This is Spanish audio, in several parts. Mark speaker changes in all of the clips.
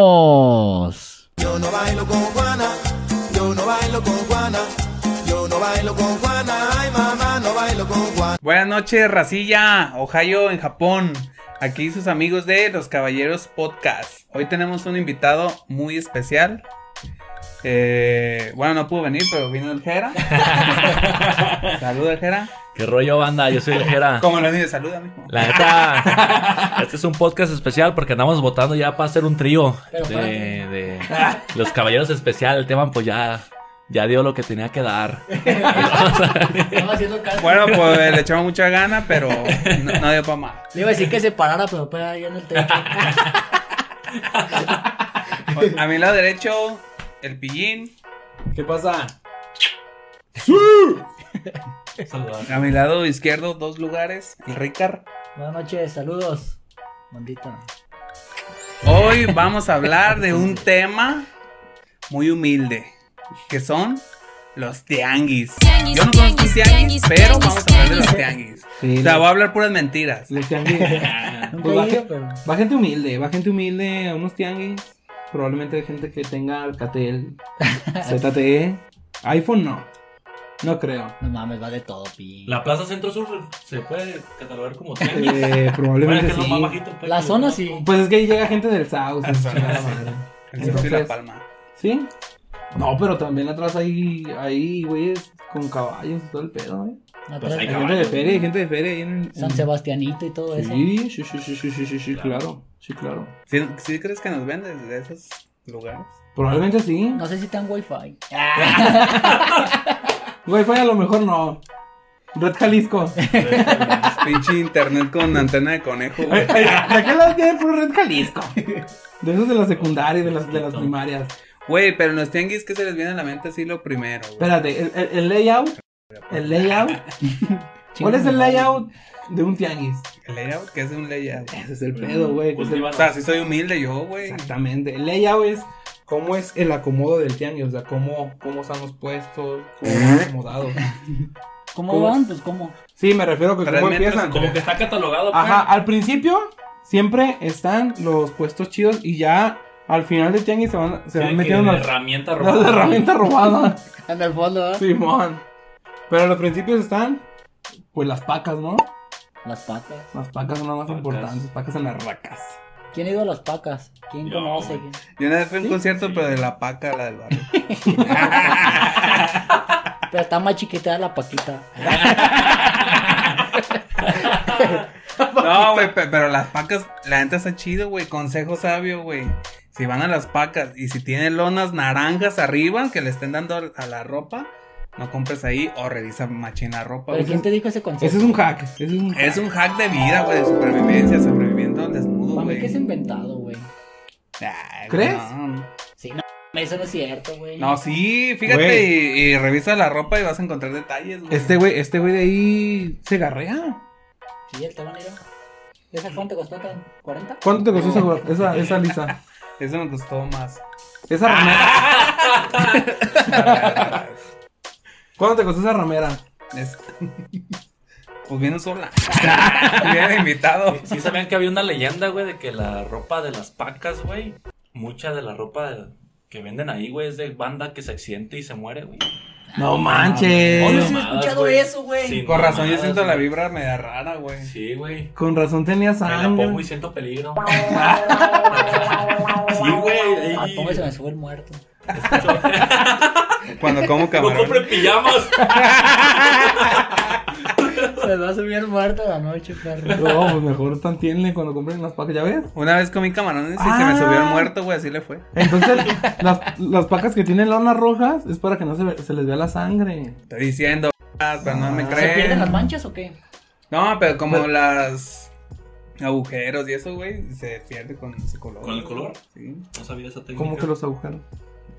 Speaker 1: ¡Comenzamos!
Speaker 2: Yo no bailo con Juana, yo no bailo con Juana, yo no bailo con Juana, ay mamá, no bailo con Juana.
Speaker 3: Buenas noches, Racilla, Ohio en Japón. Aquí sus amigos de Los Caballeros Podcast. Hoy tenemos un invitado muy especial. Eh, bueno, no pudo venir, pero vino el Jera. Saluda, Jera.
Speaker 4: ¿Qué rollo, banda? Yo soy Ligera.
Speaker 3: Como lo dice, saluda, mijo.
Speaker 4: La neta, este es un podcast especial porque andamos votando ya para hacer un trío de, de los caballeros especial. El tema, pues ya, ya dio lo que tenía que dar.
Speaker 5: Estaba haciendo caso.
Speaker 3: Bueno, pues le echamos mucha gana, pero no, no dio para más.
Speaker 5: Le iba a decir que se parara, pero para allá en el techo.
Speaker 3: A mi lado derecho, el pillín.
Speaker 6: ¿Qué pasa?
Speaker 3: A mi lado izquierdo, dos lugares, el Ricard.
Speaker 5: Buenas noches, saludos. Maldito.
Speaker 3: Hoy vamos a hablar de un tema muy humilde, que son los tianguis.
Speaker 7: Tianguis,
Speaker 3: Yo no conozco un
Speaker 7: tianguis,
Speaker 3: tianguis,
Speaker 7: tianguis,
Speaker 3: pero vamos a hablar de
Speaker 7: tianguis,
Speaker 3: los tianguis. O sea, voy a hablar puras mentiras.
Speaker 6: Los tianguis. Pues
Speaker 5: Nunca
Speaker 6: va,
Speaker 5: he ido,
Speaker 6: gen-
Speaker 5: pero.
Speaker 6: va gente humilde, va gente humilde a unos tianguis. Probablemente hay gente que tenga Alcatel, ZTE, iPhone no. No creo.
Speaker 5: No mames, va de todo, pi.
Speaker 4: La Plaza Centro Sur se puede catalogar como tianguis.
Speaker 6: Eh, probablemente
Speaker 4: Bueno, que es lo más
Speaker 6: sí.
Speaker 4: bajito, Ah, pues,
Speaker 5: La
Speaker 4: que-
Speaker 5: zona sí.
Speaker 6: Pues es que ahí llega gente del South.
Speaker 3: La zona,
Speaker 6: chingada
Speaker 3: sí.
Speaker 6: madre.
Speaker 3: El Sur y la
Speaker 6: Entonces,
Speaker 3: Palma.
Speaker 6: ¿Sí? No, pero también atrás hay, hay güeyes con caballos y todo el pedo, ¿eh?
Speaker 5: Atrás,
Speaker 4: hay
Speaker 6: Hay
Speaker 4: caballos.
Speaker 6: gente de feria, hay gente de feria ahí en... en-
Speaker 5: San Sebastianito y todo eso.
Speaker 6: Mm. Sí, sí, sí, sí, sí, sí, sí, sí, claro. Sí, claro.
Speaker 3: ¿Sí, sí crees que nos ven desde esos lugares?
Speaker 6: Probablemente sí.
Speaker 5: No sé si están wifi.
Speaker 6: Wi-Fi a lo mejor no. Red Jalisco.
Speaker 3: Pinche internet con antena de conejo. güey.
Speaker 6: ¿De aquel lado tiene puro Red Jalisco? De esos de la secundaria, de las, de las primarias.
Speaker 3: Güey, pero en los tianguis, ¿qué se les viene a la mente así lo primero? güey?
Speaker 6: Espérate, el, el- el layout. El layout. ¿Cuál es el layout de un tianguis?
Speaker 3: ¿El layout? ¿Qué es un layout?
Speaker 6: Ese es el
Speaker 3: Mm,
Speaker 6: pedo, güey. que es el-
Speaker 3: O sea, sí soy humilde yo, güey.
Speaker 6: Exactamente. El layout es cómo es el acomodo del tianguis. O sea, cómo, cómo están los puestos, cómo están acomodados.
Speaker 5: ¿Cómo
Speaker 6: ¿Cómo?
Speaker 5: van? Pues cómo.
Speaker 6: Sí, me refiero a que
Speaker 3: Tres
Speaker 6: cómo
Speaker 3: metros
Speaker 6: empiezan.
Speaker 4: Como que está catalogado. pues.
Speaker 6: Ajá, al principio siempre están los puestos chidos y ya al final del tianguis se van, se
Speaker 4: Tiene
Speaker 6: van
Speaker 4: que
Speaker 6: metiendo las,
Speaker 4: herramienta
Speaker 6: las
Speaker 4: robada.
Speaker 6: herramientas robadas.
Speaker 5: Anda al fondo, ¿verdad?
Speaker 6: Simón. Pero a los principios están, pues las pacas, ¿no?
Speaker 5: Las pacas.
Speaker 6: Las pacas son las más
Speaker 4: Pacas.
Speaker 6: importantes, pacas en las racas.
Speaker 5: ¿Quién ha ido a las pacas? ¿Quién
Speaker 4: Yo,
Speaker 5: conoce?
Speaker 4: güey.
Speaker 3: Yo una vez fui a un concierto, pero de la paca, la del barrio.
Speaker 5: Pero está más chiquita la paquita.
Speaker 3: No, güey, pe- pero las pacas, la neta está chido, güey. Consejo sabio, güey. Si van a las pacas y si tienen lonas naranjas arriba que le estén dando a- a la ropa, no compres ahí o revisa machina la ropa.
Speaker 5: ¿Pero
Speaker 3: güey.
Speaker 5: quién te dijo ese consejo?
Speaker 6: Ese es un hack, ese es un hack.
Speaker 3: Es un hack de vida, güey, de supervivencia, sobreviviendo al desnudo,
Speaker 5: Para mí
Speaker 3: güey.
Speaker 5: que es inventado, güey.
Speaker 3: Ay, güey,
Speaker 6: ¿Crees?
Speaker 3: No,
Speaker 5: Sí, no. Eso no es cierto, güey.
Speaker 3: No, sí, fíjate y,
Speaker 6: Güey.
Speaker 3: y revisa la ropa y vas a encontrar detalles, güey.
Speaker 6: Este güey, este güey de ahí se garrea.
Speaker 5: Sí, el tabanero. ¿Esa cuánto costó? tan- ¿40?
Speaker 6: ¿Cuánto te costó esa, esa, esa lisa?
Speaker 3: Eso me costó más.
Speaker 6: Esa ramera. ¿Cuánto te costó esa ramera?
Speaker 3: Es- Pues viene sola. Viene invitado.
Speaker 4: Sí sabían que había una leyenda, güey, de que la ropa de las pacas, güey, mucha de la ropa de- que venden ahí, güey, es de banda que se accidente y se muere, güey.
Speaker 6: No manches.
Speaker 5: Oye, sí he
Speaker 4: Mamadas,
Speaker 5: escuchado
Speaker 4: güey.
Speaker 5: eso, güey.
Speaker 4: Sin
Speaker 3: Con razón, yo
Speaker 4: mamadas,
Speaker 3: siento la
Speaker 4: güey.
Speaker 3: vibra media rara, güey.
Speaker 4: Sí, güey.
Speaker 6: Con razón tenía
Speaker 4: Me la pongo
Speaker 6: sangre.
Speaker 4: y siento peligro. sí, güey.
Speaker 5: Ah,
Speaker 4: ahí-
Speaker 5: ¿cómo se me sube el muerto?
Speaker 3: Cuando como
Speaker 4: No
Speaker 3: camarón.
Speaker 4: compren pijamas.
Speaker 5: Se va a subir el muerto la noche, perro.
Speaker 6: No, pues mejor tantienle cuando compren las pacas, ¿ya ves?
Speaker 3: Una vez comí camarones y se me subió el
Speaker 6: Ah.
Speaker 3: muerto, güey, así le fue.
Speaker 6: Entonces, las, las pacas que tienen lonas rojas es para que no se, ve- se les vea la sangre.
Speaker 3: Estoy diciendo, ah, pero no me
Speaker 6: ¿Se
Speaker 5: ¿Se pierden las
Speaker 3: creen.
Speaker 5: manchas o qué?
Speaker 3: No, pero como las agujeros y eso, güey, se pierde con ese color.
Speaker 4: ¿Con el color?
Speaker 3: Sí.
Speaker 4: No sabía esa técnica.
Speaker 6: Como que los agujeros.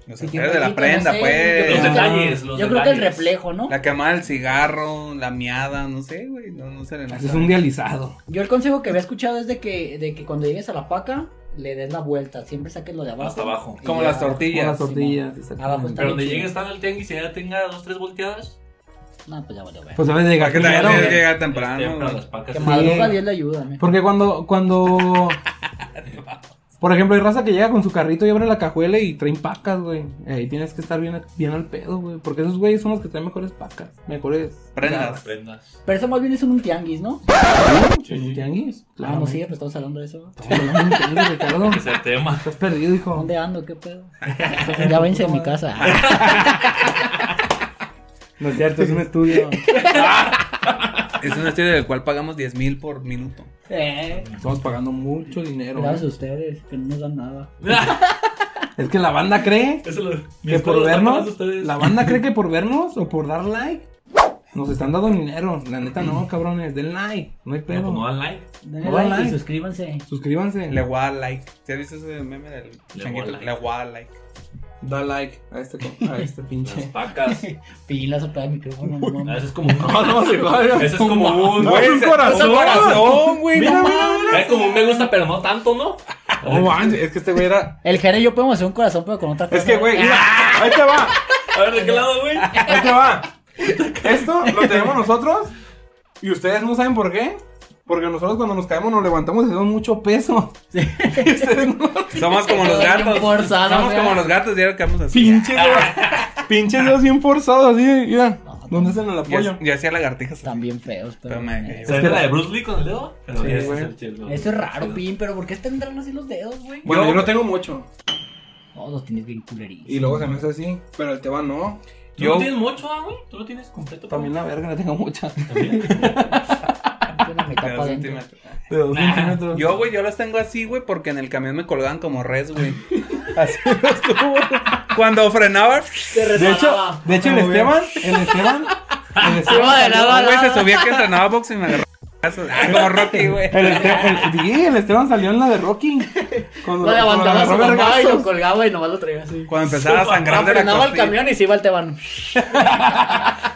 Speaker 3: Los
Speaker 5: Sí,
Speaker 3: agujeros
Speaker 5: tiene
Speaker 3: de la
Speaker 5: ojito,
Speaker 3: prenda,
Speaker 5: no sé,
Speaker 3: pues.
Speaker 4: Los
Speaker 5: yo creo-
Speaker 4: detalles, los
Speaker 5: Yo creo que el
Speaker 4: detalles.
Speaker 5: reflejo, ¿no?
Speaker 3: La quemada del cigarro, la miada, no sé, güey. No, no se le nota.
Speaker 6: Es un dializado.
Speaker 5: Yo el consejo que había escuchado es de que, de que cuando llegues a la paca, le des la vuelta. Siempre saques lo de abajo.
Speaker 4: Hasta abajo.
Speaker 5: Y
Speaker 3: Como
Speaker 5: ya-
Speaker 3: las tortillas.
Speaker 6: Como las tortillas,
Speaker 5: Simón.
Speaker 6: exactamente.
Speaker 5: Abajo está
Speaker 4: Pero donde
Speaker 5: bien
Speaker 4: llegue
Speaker 5: chido.
Speaker 4: está el tianguis y ya tenga dos, tres volteadas.
Speaker 5: No, pues ya valió, güey.
Speaker 6: Pues sabes llegar
Speaker 3: Porque también
Speaker 6: primero.
Speaker 3: tienes que
Speaker 6: güey.
Speaker 3: llegar
Speaker 4: Este,
Speaker 3: temprano,
Speaker 4: para
Speaker 3: güey.
Speaker 4: las pacas.
Speaker 5: Que
Speaker 4: sí.
Speaker 5: madruga Dios le ayuda, ¿no?
Speaker 6: Porque cuando, cuando, Por ejemplo, hay raza que llega con su carrito y abre la cajuela y traen pacas, güey. Ahí tienes que estar bien, bien al pedo, güey. Porque esos güeyes son los que traen mejores pacas, mejores.
Speaker 3: Prendas.
Speaker 4: Prendas.
Speaker 5: Pero eso más bien es un tianguis, ¿no?
Speaker 6: ¿En tianguis?
Speaker 5: Claro,
Speaker 6: Claramente.
Speaker 5: sí, pero estamos hablando de eso.
Speaker 6: Hablando en tianguis, Ricardo.
Speaker 4: Ese tema.
Speaker 6: Estás perdido, hijo.
Speaker 5: ¿Dónde ando? ¿Qué pedo? ya vence de mi casa.
Speaker 6: No es cierto, es un estudio.
Speaker 3: Es un estudio del cual pagamos 10 mil por minuto.
Speaker 5: eh,
Speaker 6: Estamos pagando mucho dinero. ¿eh?
Speaker 5: gracias a
Speaker 6: güey.
Speaker 5: ustedes, que no nos dan nada.
Speaker 6: Es que la banda cree
Speaker 4: Eso lo-
Speaker 6: que
Speaker 4: mis
Speaker 6: por
Speaker 4: cosas están pagando
Speaker 6: vernos,
Speaker 4: ustedes.
Speaker 6: la banda cree que por vernos o por dar like, nos están dando dinero. La neta no, cabrones, den like, no hay
Speaker 4: Pero
Speaker 6: pedo.
Speaker 4: no dan like.
Speaker 5: Denle
Speaker 6: Hola.
Speaker 5: like y suscríbanse.
Speaker 6: Suscríbanse,
Speaker 3: Le voy a like. ¿Te has visto ese meme del changuito?
Speaker 4: voy a like.
Speaker 3: Le voy a like.
Speaker 6: da like a este, co- a este
Speaker 4: Las
Speaker 6: pinche.
Speaker 4: pacas.
Speaker 5: Pilas atrás del micrófono. no
Speaker 4: No,
Speaker 5: mames.
Speaker 4: eso es como un.
Speaker 6: no, sí, güey.
Speaker 4: Eso es como un.
Speaker 6: No, es un
Speaker 4: ese-
Speaker 6: corazón.
Speaker 4: es un corazón, güey.
Speaker 6: Mira,
Speaker 4: no
Speaker 6: mira,
Speaker 4: mames. Es como un me gusta, pero no tanto, ¿no?
Speaker 6: No manches, es que este güey era.
Speaker 5: El Jere y yo podemos hacer un corazón, pero con otra cosa. Ah,
Speaker 6: Es que, güey, mira, ahí te va,
Speaker 4: A ver, ¿de qué lado, güey?
Speaker 6: ahí te va. Esto lo tenemos nosotros y ustedes no saben por qué. Porque nosotros cuando nos caemos nos levantamos y hacemos mucho peso. Y ustedes no
Speaker 3: Somos como los gatos.
Speaker 5: Forzado,
Speaker 3: Somos
Speaker 5: o sea.
Speaker 3: como los gatos y ahora quedamos así.
Speaker 6: Pinches dedos. pinches dedos bien forzados, así, mira. ¿Dónde están el
Speaker 3: Yo,
Speaker 6: apoyo?
Speaker 3: yo hacía lagartijas así.
Speaker 5: También feos, pero.
Speaker 3: Pero me
Speaker 6: eh.
Speaker 3: dejé
Speaker 4: ¿Se
Speaker 3: yo.
Speaker 4: ve la de Bruce Lee con el dedo?
Speaker 6: Sí,
Speaker 4: ese
Speaker 6: güey.
Speaker 4: el chido.
Speaker 5: Eso es raro, Pin, pero ¿por qué tendrán así los dedos, güey?
Speaker 6: Bueno,
Speaker 3: Yo-
Speaker 6: yo, no tengo mucho.
Speaker 5: Oh, los tienes bien culerísimos.
Speaker 6: Y luego se me hace así, pero el Teba no.
Speaker 4: ¿Tú no
Speaker 3: Yo-
Speaker 4: tienes mucho, ah, güey? ¿Tú lo tienes completo?
Speaker 6: También la verga, la tengo mucha.
Speaker 5: Tiene mi
Speaker 3: De
Speaker 5: tapa
Speaker 3: dos
Speaker 5: adentro.
Speaker 3: centímetros.
Speaker 6: De dos centímetros.
Speaker 3: Yo, güey, yo los tengo así, güey, porque en el camión me colgaban como res, güey. Así los tuvo. Cuando frenaba,
Speaker 6: De hecho, de hecho el Esteban, el Esteban, el Esteban.
Speaker 5: de lado a
Speaker 3: güey, se
Speaker 5: lado.
Speaker 3: subía que entrenaba box y me agarró. Ah, como Rocky, güey.
Speaker 6: El, Este- el- sí, el Esteban salió en la de Rocky. Cuando,
Speaker 5: Lo
Speaker 6: cuando
Speaker 5: levantaba su
Speaker 6: agarró
Speaker 5: mamá y
Speaker 6: vergazos.
Speaker 5: lo colgaba y nomás lo traía así.
Speaker 3: Cuando empezaba a sangrar de la
Speaker 5: Frenaba el
Speaker 3: costilla.
Speaker 5: camión y se iba al Teban.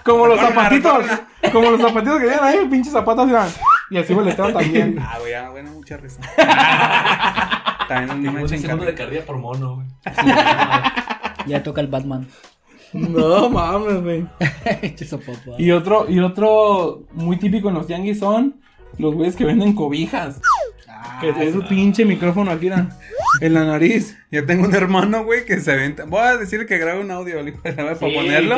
Speaker 6: Como los
Speaker 3: Retorna,
Speaker 6: zapatitos.
Speaker 3: retorna.
Speaker 6: Como los zapatitos que tienen ahí, el pinche zapato así van. Y así fue el Esteban también.
Speaker 3: Ah, güey, ah, bueno, mucha risa. También no
Speaker 4: Tengo un
Speaker 3: manchen
Speaker 4: segundo de
Speaker 3: carne.
Speaker 4: carrilla por mono, güey.
Speaker 5: Ya toca el Batman.
Speaker 6: No mames, güey.
Speaker 5: Eso, papá.
Speaker 6: Y otro, y otro muy típico en los tianguis son los güeyes que venden cobijas. que trae su pinche micrófono aquí en la- en la nariz.
Speaker 3: Yo tengo un hermano, güey, que se aventa. Voy a decirle que grabe un audio, güey, para ponerlo.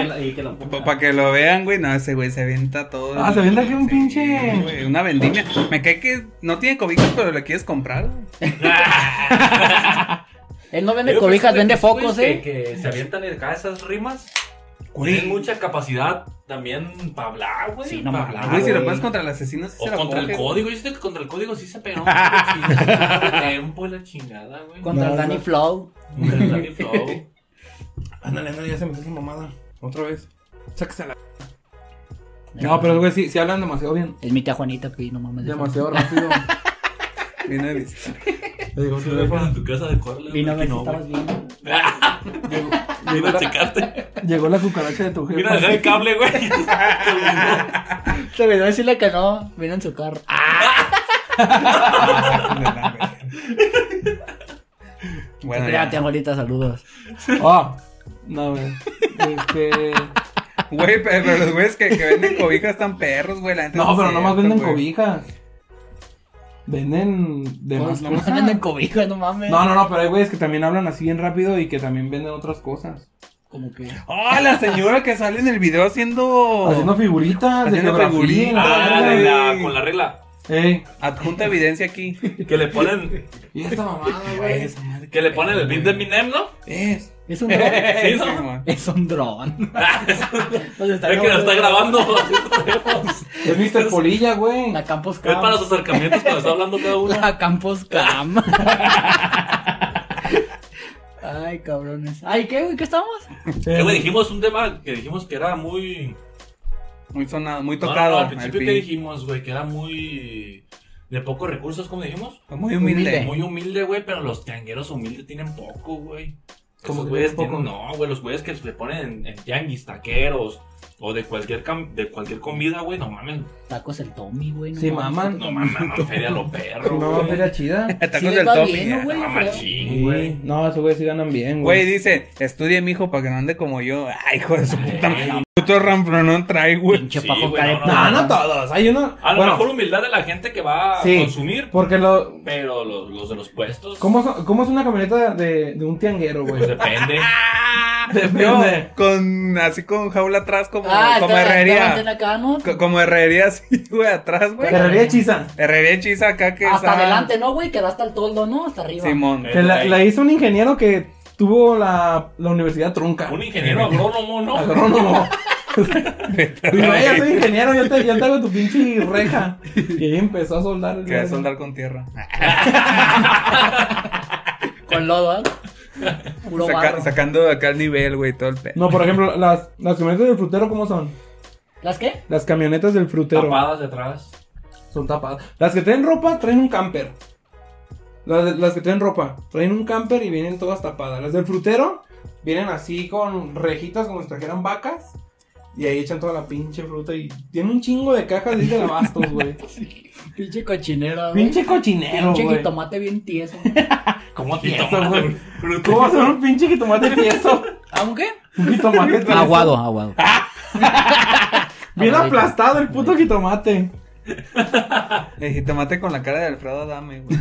Speaker 3: Para que lo vean, güey. No, ese güey se avienta todo.
Speaker 6: Ah, se avienta aquí un pinche-
Speaker 3: güey, una vendimia. Me cae que no tiene cobijas, pero le quieres comprar, güey.
Speaker 5: Él no vende cobijas, vende focos,
Speaker 4: que,
Speaker 5: eh.
Speaker 4: que se avientan en cada esas rimas.
Speaker 3: Güey.
Speaker 4: Tienen mucha capacidad también para hablar, Ah, güey.
Speaker 5: Sí, no
Speaker 4: para
Speaker 5: mames,
Speaker 4: hablar,
Speaker 3: Güey, si lo
Speaker 5: güey.
Speaker 3: pones contra el asesino, sí se
Speaker 4: O
Speaker 3: lo
Speaker 4: contra el
Speaker 3: coge.
Speaker 4: código. Yo siento que contra el código sí se pegó. un tiempo y la chingada, güey.
Speaker 5: Contra
Speaker 6: No,
Speaker 5: el Danny
Speaker 6: no.
Speaker 5: Flow.
Speaker 4: Contra el Danny Flow.
Speaker 6: Ándale, ándale, ya se me hizo mamada. Otra vez. Sáquese la. No, pero güey, sí, sí hablan demasiado bien.
Speaker 5: Es mi tía Juanita, pues, no mames.
Speaker 6: Demasiado rápido.
Speaker 3: Viene de visita.
Speaker 6: Le digo,
Speaker 4: Si
Speaker 6: "Tu
Speaker 4: lo dejas en
Speaker 6: teléfono".
Speaker 4: tu casa de correo,
Speaker 5: Vino a ver si
Speaker 4: no,
Speaker 5: estabas
Speaker 4: güey.
Speaker 5: bien.
Speaker 4: Vino a checarte.
Speaker 6: Llegó la cucaracha de tu jefe.
Speaker 4: Vino a dejar el cable, güey.
Speaker 5: Se olvidó decirle que no. Vino en su carro.
Speaker 3: bueno,
Speaker 5: Mira,
Speaker 3: ya.
Speaker 5: tía Juanita, saludos.
Speaker 6: Ah, no, güey. Este.
Speaker 3: Güey, pero, pero los güeyes que, que venden cobijas están perros, güey. la neta
Speaker 6: No, pero
Speaker 3: es
Speaker 6: nomás
Speaker 3: cierto,
Speaker 6: venden
Speaker 3: güey.
Speaker 6: cobijas. Venden de
Speaker 5: Pues,
Speaker 6: más
Speaker 5: no se
Speaker 6: cosas.
Speaker 5: venden cobijas, no mames.
Speaker 6: No, no, no, pero hay güeyes que también hablan así bien rápido y que también venden otras cosas.
Speaker 5: Como que.
Speaker 3: Ah, la señora que sale en el video haciendo.
Speaker 6: Haciendo figuritas,
Speaker 3: Haciendo
Speaker 6: de geografía.
Speaker 3: figuritas.
Speaker 4: Ah,
Speaker 6: la
Speaker 4: de
Speaker 6: verga.
Speaker 4: la- con la regla.
Speaker 6: Ey,
Speaker 3: Adjunta evidencia aquí.
Speaker 4: Que le ponen,
Speaker 6: y esta mamada, güey.
Speaker 4: que le ponen el beat de Eminem, ¿no?
Speaker 6: Es.
Speaker 5: Es un dron.
Speaker 4: Sí, ¿no?
Speaker 3: Simón.
Speaker 5: es un dron. Nos está
Speaker 4: Es que lo está grabando.
Speaker 6: Es Mr. Polilla, güey.
Speaker 5: La Campos
Speaker 4: Es
Speaker 5: Cam.
Speaker 4: para los acercamientos cuando está hablando cada uno.
Speaker 5: La Campos Cam. Ay, cabrones. Ay, ¿qué, güey? ¿Qué estamos?
Speaker 4: Eh, güey, dijimos un tema que dijimos que era muy.
Speaker 3: Muy sonado, muy
Speaker 4: No, no,
Speaker 3: tocado.
Speaker 4: al
Speaker 3: al
Speaker 4: principio
Speaker 3: fin.
Speaker 4: que dijimos, güey, que era muy. de pocos recursos, como dijimos.
Speaker 3: Muy humilde.
Speaker 5: Humilde.
Speaker 4: Muy humilde, güey, pero los tiangueros humildes tienen poco, güey.
Speaker 6: ¿Cómo
Speaker 4: Esos
Speaker 6: que
Speaker 4: güeyes
Speaker 6: tienen
Speaker 4: tienen.
Speaker 6: poco?
Speaker 4: No, güey, los güeyes que se le ponen en, en tianguis, taqueros, o de cualquier, cam- de cualquier comida, güey, no mames.
Speaker 5: Tacos el Tommy, güey.
Speaker 6: Sí,
Speaker 5: mames,
Speaker 6: maman.
Speaker 5: tacos
Speaker 4: No
Speaker 5: el
Speaker 4: mames, no, feria a los perros,
Speaker 6: No,
Speaker 4: güey.
Speaker 6: feria chida.
Speaker 5: Tommy.
Speaker 3: Tacos
Speaker 5: Sí les
Speaker 3: del
Speaker 5: va
Speaker 3: Tommy.
Speaker 5: bien, ¿no, güey?
Speaker 4: No,
Speaker 5: Yo creo.
Speaker 4: machín, güey.
Speaker 6: Sí. No, esos güeyes sí ganan bien,
Speaker 3: Güey,
Speaker 6: güey.
Speaker 3: dice, estudie, mijo, para que no ande como yo. Ay, hijo de su puta madre. Puto rampronón trae, güey.
Speaker 5: Pinche
Speaker 4: Sí,
Speaker 5: pajo
Speaker 4: güey,
Speaker 5: cara de
Speaker 4: no,
Speaker 6: No,
Speaker 5: papa.
Speaker 6: no todos. Hay uno.
Speaker 4: A lo
Speaker 6: bueno,
Speaker 4: mejor humildad de la gente que va
Speaker 6: Sí.
Speaker 4: a consumir,
Speaker 6: Porque lo.
Speaker 4: pero los, los de los puestos.
Speaker 6: ¿Cómo, son- cómo es una camioneta de, de un tianguero, güey?
Speaker 4: Pues depende.
Speaker 3: Yo,
Speaker 6: Depende.
Speaker 3: con, así con jaula atrás, como,
Speaker 5: Ah,
Speaker 3: como
Speaker 5: está-
Speaker 3: herrería.
Speaker 5: está acá, ¿no?
Speaker 3: Co- Como herrería así, güey, atrás, güey.
Speaker 6: Herrería hechiza.
Speaker 3: Herrería hechiza acá que
Speaker 5: Hasta
Speaker 3: está-
Speaker 5: adelante, ¿no, güey? Que da hasta el toldo, ¿no? Hasta arriba.
Speaker 3: Simón.
Speaker 4: Eh,
Speaker 6: Que la, la hizo un ingeniero que tuvo la, la universidad trunca.
Speaker 4: Un ingeniero agrónomo, ¿no?
Speaker 6: Agrónomo. Dijo, "Ey, yo soy ingeniero, yo te, yo te hago tu pinche reja. Y ahí empezó a soldar. el
Speaker 3: Que va a
Speaker 6: verga.
Speaker 3: soldar con tierra.
Speaker 5: Con lodo, ¿eh? Puro
Speaker 3: Saca-
Speaker 5: barro.
Speaker 3: sacando de acá el nivel, güey, todo el pe.
Speaker 6: No, por ejemplo, las, las camionetas del frutero, ¿cómo son?
Speaker 5: ¿Las qué?
Speaker 6: Las camionetas del frutero
Speaker 4: Tapadas detrás.
Speaker 6: son tapadas. Las que traen ropa traen un camper. Las, las que traen ropa traen un camper y vienen todas tapadas. Las del frutero vienen así con rejitas como si trajeran vacas. Y ahí echan toda la pinche fruta y tienen un chingo de cajas de abastos, güey.
Speaker 5: Pinche cochinera, güey.
Speaker 6: Pinche cochinero,
Speaker 5: Pinche
Speaker 6: güey.
Speaker 5: jitomate bien tieso.
Speaker 4: ¿Cómo
Speaker 6: Eso, güey. ¿Cómo va a
Speaker 4: Frutos.
Speaker 6: ser un pinche jitomate tieso?
Speaker 5: ¿Aunque?
Speaker 6: Un jitomate tieso.
Speaker 1: Aguado, aguado.
Speaker 6: Bien
Speaker 5: Amarillo.
Speaker 6: aplastado el puto jitomate.
Speaker 3: El jitomate con la cara de Alfredo Adame, güey.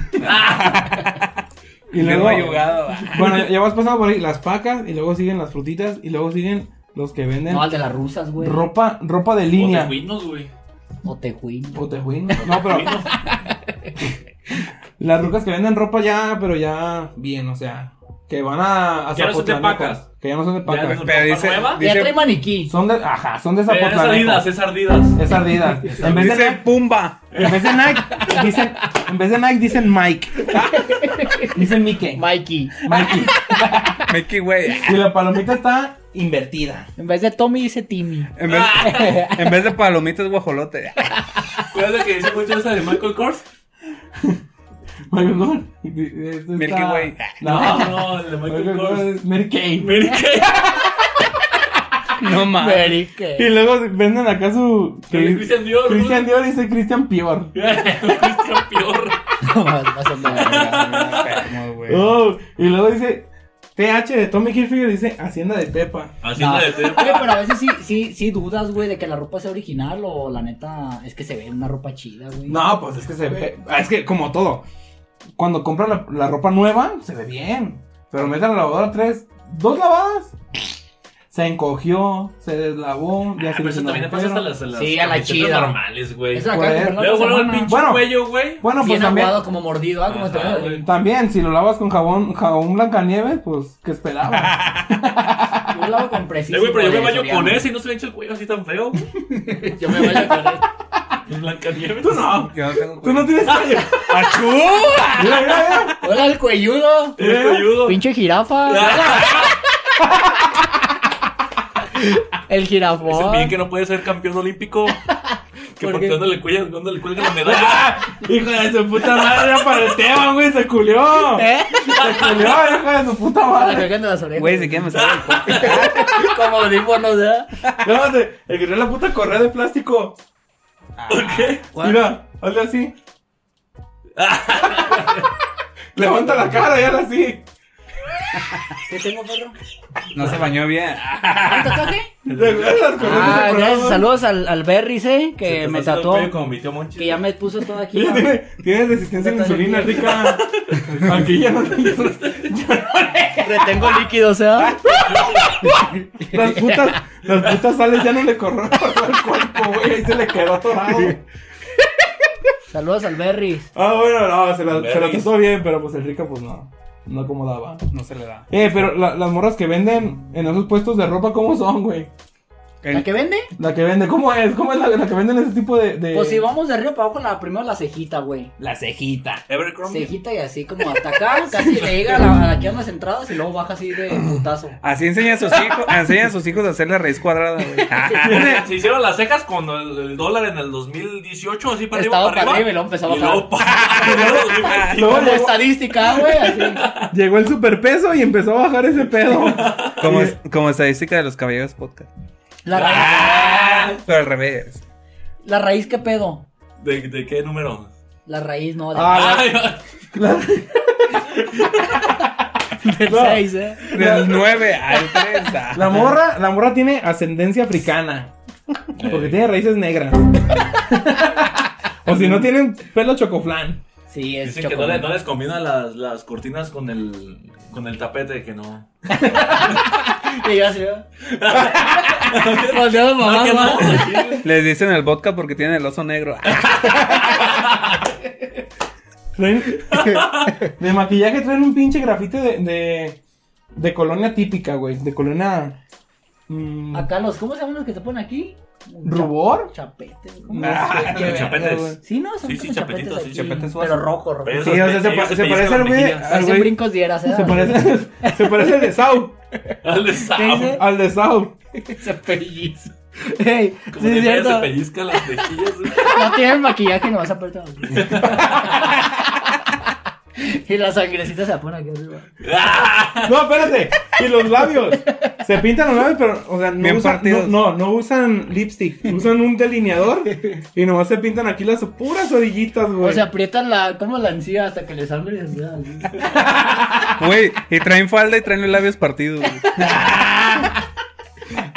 Speaker 6: Y
Speaker 3: Bien
Speaker 6: luego,
Speaker 3: mayugado, va.
Speaker 6: bueno, ya vas pasando por ahí las pacas y luego siguen las frutitas y luego siguen los que venden
Speaker 5: No, al de las rusas, güey.
Speaker 6: ropa, ropa de
Speaker 4: Línea.
Speaker 6: línea.
Speaker 4: Pues, güey.
Speaker 5: O tejuino.
Speaker 6: Potejuino. No, pero las rucas que venden ropa ya, pero ya bien, o sea, que van a, a
Speaker 4: Que ya no son de
Speaker 6: Zapotlanejo,
Speaker 4: pacas.
Speaker 6: Que ya no son de
Speaker 4: Ya
Speaker 6: pacas.
Speaker 4: no-
Speaker 3: Pero dice,
Speaker 4: nueva?
Speaker 5: Ya trae
Speaker 3: dice,
Speaker 5: maniquí.
Speaker 6: Son de, ajá, son de
Speaker 4: Eh, Es ardidas,
Speaker 6: Zapotlanejo.
Speaker 4: es ardidas.
Speaker 6: Es ardidas. En vez de
Speaker 3: dice Pumba.
Speaker 6: En vez de Nike, dicen, en vez de Nike dicen Mike. Dicen Mike.
Speaker 5: Mikey.
Speaker 6: Mikey.
Speaker 3: Mickey, güey.
Speaker 6: Y la palomita está invertida.
Speaker 5: En vez de Tommy dice Timmy.
Speaker 3: En vez, en vez de palomitas, guajolote.
Speaker 4: Acuérdate que dice mucho esa de Michael Kors.
Speaker 6: Michael Kors. Esto está-
Speaker 3: Milky Way.
Speaker 6: No.
Speaker 4: Ah, no, el de
Speaker 6: Michael
Speaker 4: Michael
Speaker 6: Kors
Speaker 4: Kors.
Speaker 6: es Mary Kay.
Speaker 4: Mira que-
Speaker 3: No mames.
Speaker 5: Very
Speaker 6: Y
Speaker 5: good.
Speaker 6: luego venden acá su.
Speaker 4: El de Christian Dior, ¿no?
Speaker 6: Christian Dior dice Christian Pior.
Speaker 4: Cristian Pior.
Speaker 5: Vas a andar.
Speaker 3: Enfermo, güey.
Speaker 6: Oh, y luego dice TH de Tommy Hilfiger dice Hacienda de Tepa.
Speaker 4: Hacienda de té.
Speaker 5: Oye, pero a veces sí, sí, sí dudas, güey, de que la ropa sea original o la neta es que se ve una ropa chida, güey.
Speaker 6: No, pues es que se ve. ah, Es que como todo. Cuando compras la, la ropa nueva, se ve bien. Pero meten a la lavadora tres, dos lavadas. Se encogió, se deslavó. Ya
Speaker 4: Ah, Pero
Speaker 6: se le
Speaker 4: eso
Speaker 6: hizo
Speaker 4: también le
Speaker 6: un
Speaker 4: pasa hasta
Speaker 6: agujero.
Speaker 4: las, a las
Speaker 5: Sí, a la
Speaker 4: camisetas
Speaker 5: chida.
Speaker 4: normales, güey.
Speaker 5: Esa la acabo de comprar la
Speaker 4: Luego,
Speaker 5: otra
Speaker 4: luego el
Speaker 5: semana.
Speaker 4: pinche
Speaker 6: Bueno.
Speaker 4: cuello, güey.
Speaker 6: Bueno, pues
Speaker 5: Bien
Speaker 6: también.
Speaker 5: aguado, como mordido, ¿ah? Como
Speaker 4: Ajá,
Speaker 5: te-
Speaker 4: güey.
Speaker 6: También, si lo lavas con jabón, jabón Blancanieves, pues, ¿qué esperaba?
Speaker 5: Yo lo hago con
Speaker 4: Eh,
Speaker 5: precisión.
Speaker 4: güey, pero yo me baño con ese y no se me echa el cuello así tan feo.
Speaker 5: Yo me baño con ese.
Speaker 4: Blancanieves.
Speaker 6: Tú no.
Speaker 3: Yo no tengo
Speaker 6: Tú no tienes cuello.
Speaker 3: ¡Achú!
Speaker 6: Mira, mira, mira.
Speaker 5: Hola, el cuelludo.
Speaker 4: El cuelludo.
Speaker 5: Pinche jirafa. El
Speaker 4: Dicen
Speaker 5: jirafón.
Speaker 4: bien que no puede ser campeón olímpico. Que
Speaker 5: ¿Por
Speaker 4: porque
Speaker 5: qué?
Speaker 4: dándole cuello, dándole cuelga la medalla.
Speaker 6: Hijo de su puta madre, ya para el tema, güey, se culió.
Speaker 5: ¿Eh?
Speaker 6: Se culió, hijo de su puta
Speaker 5: Para
Speaker 6: madre.
Speaker 5: que caigan de las orejas.
Speaker 3: Güey, si quieren me sale el po-
Speaker 5: Como audífonos, ¿verdad?
Speaker 6: Fíjate, el que trae la puta correa de plástico. Ah,
Speaker 4: ¿Por qué?
Speaker 6: Mira, hazle así. Levanta la cara y hazle así.
Speaker 5: ¿Qué tengo, perro?
Speaker 3: No se bañó bien.
Speaker 5: ¿Cuánto toque?
Speaker 6: Le- las correas
Speaker 5: Ah,
Speaker 6: de
Speaker 5: gracias.
Speaker 6: programa.
Speaker 5: Saludos al, al Berris, ¿eh? Que me tatuó.
Speaker 4: Como mi tío Monchi.
Speaker 5: Que ya me puso todo aquí.
Speaker 6: Ella tiene, tiene resistencia a la insulina rica. Aquí ya no
Speaker 5: Retengo líquido, o sea.
Speaker 6: las putas, las putas sales ya no le corren al cuerpo, güey. Ahí se le quedó atorado.
Speaker 5: Saludos al Berris.
Speaker 6: Ah, bueno, no, se la, se la
Speaker 4: Berries.
Speaker 6: tatuó bien, pero pues el rica, pues no. No acomodaba.
Speaker 3: No se le da.
Speaker 6: Eh, pero la- las morras que venden en esos puestos de ropa, ¿cómo son, güey?
Speaker 5: ¿La que vende?
Speaker 6: La que vende, ¿cómo es? ¿Cómo es la, la que venden ese tipo de. de...
Speaker 5: Pues si vamos de arriba para abajo, la, primero la cejita, güey.
Speaker 6: La cejita.
Speaker 4: Evercrombie.
Speaker 5: Cejita y así como hasta acá, casi que le llega a la, a la que andas entradas y luego baja así de putazo.
Speaker 3: Así enseña a sus hijos, enseña a sus hijos a hacer la raíz cuadrada, güey.
Speaker 4: Se- Se hicieron las cejas con el, el dólar en el 2018, así para
Speaker 5: Estaba
Speaker 4: arriba.
Speaker 5: para arriba y luego empezó a bajar.
Speaker 4: luego para- y luego 2020.
Speaker 6: Luego
Speaker 5: Como
Speaker 6: llegó,
Speaker 5: estadística, güey, así.
Speaker 6: llegó el superpeso y empezó a bajar ese pedo.
Speaker 3: Como, como estadística de los caballeros podcast.
Speaker 5: La raíz.
Speaker 3: Pero al revés.
Speaker 5: La raíz, ¿qué pedo?
Speaker 4: ¿De, de qué número?
Speaker 5: La raíz, no. De,
Speaker 6: Ah,
Speaker 4: Ay,
Speaker 5: del
Speaker 6: no.
Speaker 5: seis, ¿eh?
Speaker 3: Del 9 al ah. 3.
Speaker 6: la morra, la morra tiene ascendencia africana. Porque tiene raíces negras. o si no tienen pelo chocoflán.
Speaker 5: Sí, es
Speaker 4: Dicen que no,
Speaker 5: chocolate.
Speaker 4: le- no les combina las, las cortinas con el, con el tapete, que no.
Speaker 5: Y yo así, ¿no? Volteando mamá,
Speaker 4: que
Speaker 5: ¿no?
Speaker 3: Les dicen el vodka porque tienen el oso negro. Ah,
Speaker 6: Traen- de maquillaje traen un pinche grafite de, de, de colonia típica, güey. De colonia. mm,
Speaker 5: Acá los, ¿cómo se llaman los que se ponen aquí?
Speaker 6: ¿Rubor?
Speaker 5: Chapete.
Speaker 6: no
Speaker 5: ¿cómo?
Speaker 6: sé qué
Speaker 4: los
Speaker 6: verga,
Speaker 4: chapetes.
Speaker 6: güey.
Speaker 5: Sí, no, son
Speaker 4: Ah. Sí, sí,
Speaker 5: como
Speaker 4: chapetitos,
Speaker 5: chapetes
Speaker 4: sí,
Speaker 5: aquí,
Speaker 6: chapetes
Speaker 5: Pero
Speaker 6: suaves.
Speaker 5: rojo, rojo.
Speaker 4: Pero Ah,
Speaker 6: Sí,
Speaker 4: esos
Speaker 6: o
Speaker 4: pe-
Speaker 6: sea, se, pa-
Speaker 4: ellos
Speaker 6: se
Speaker 4: pellizcan
Speaker 6: parece
Speaker 4: las
Speaker 6: al güey.
Speaker 4: mejillas.
Speaker 6: al
Speaker 5: Hacen
Speaker 6: güey-
Speaker 5: brincos dieras, ¿eh?
Speaker 6: Se parece, se parece al de Sau.
Speaker 4: Al de Sao.
Speaker 5: ¿Qué dice?
Speaker 6: Al de Sau.
Speaker 5: Se pellizca.
Speaker 6: Ey,
Speaker 4: Como
Speaker 5: Sí,
Speaker 4: que
Speaker 5: es
Speaker 4: se
Speaker 5: cierto.
Speaker 4: pellizca las mejillas. güey.
Speaker 5: No tienen maquillaje, nomás apretan aquí. Y la sangrecita se la pone aquí arriba.
Speaker 4: ¡Ah!
Speaker 6: No, espérate. Y los labios. Se pintan los labios, pero, o sea, no
Speaker 3: Bien
Speaker 6: usan, no,
Speaker 3: partidos.
Speaker 6: no, no usan lipstick. Usan un delineador y nomás se pintan aquí las puras orillitas, güey.
Speaker 5: O sea, aprietan la, como la encía hasta que le sangre y se queda así.
Speaker 3: Güey, y traen falda y traen los labios partidos. güey.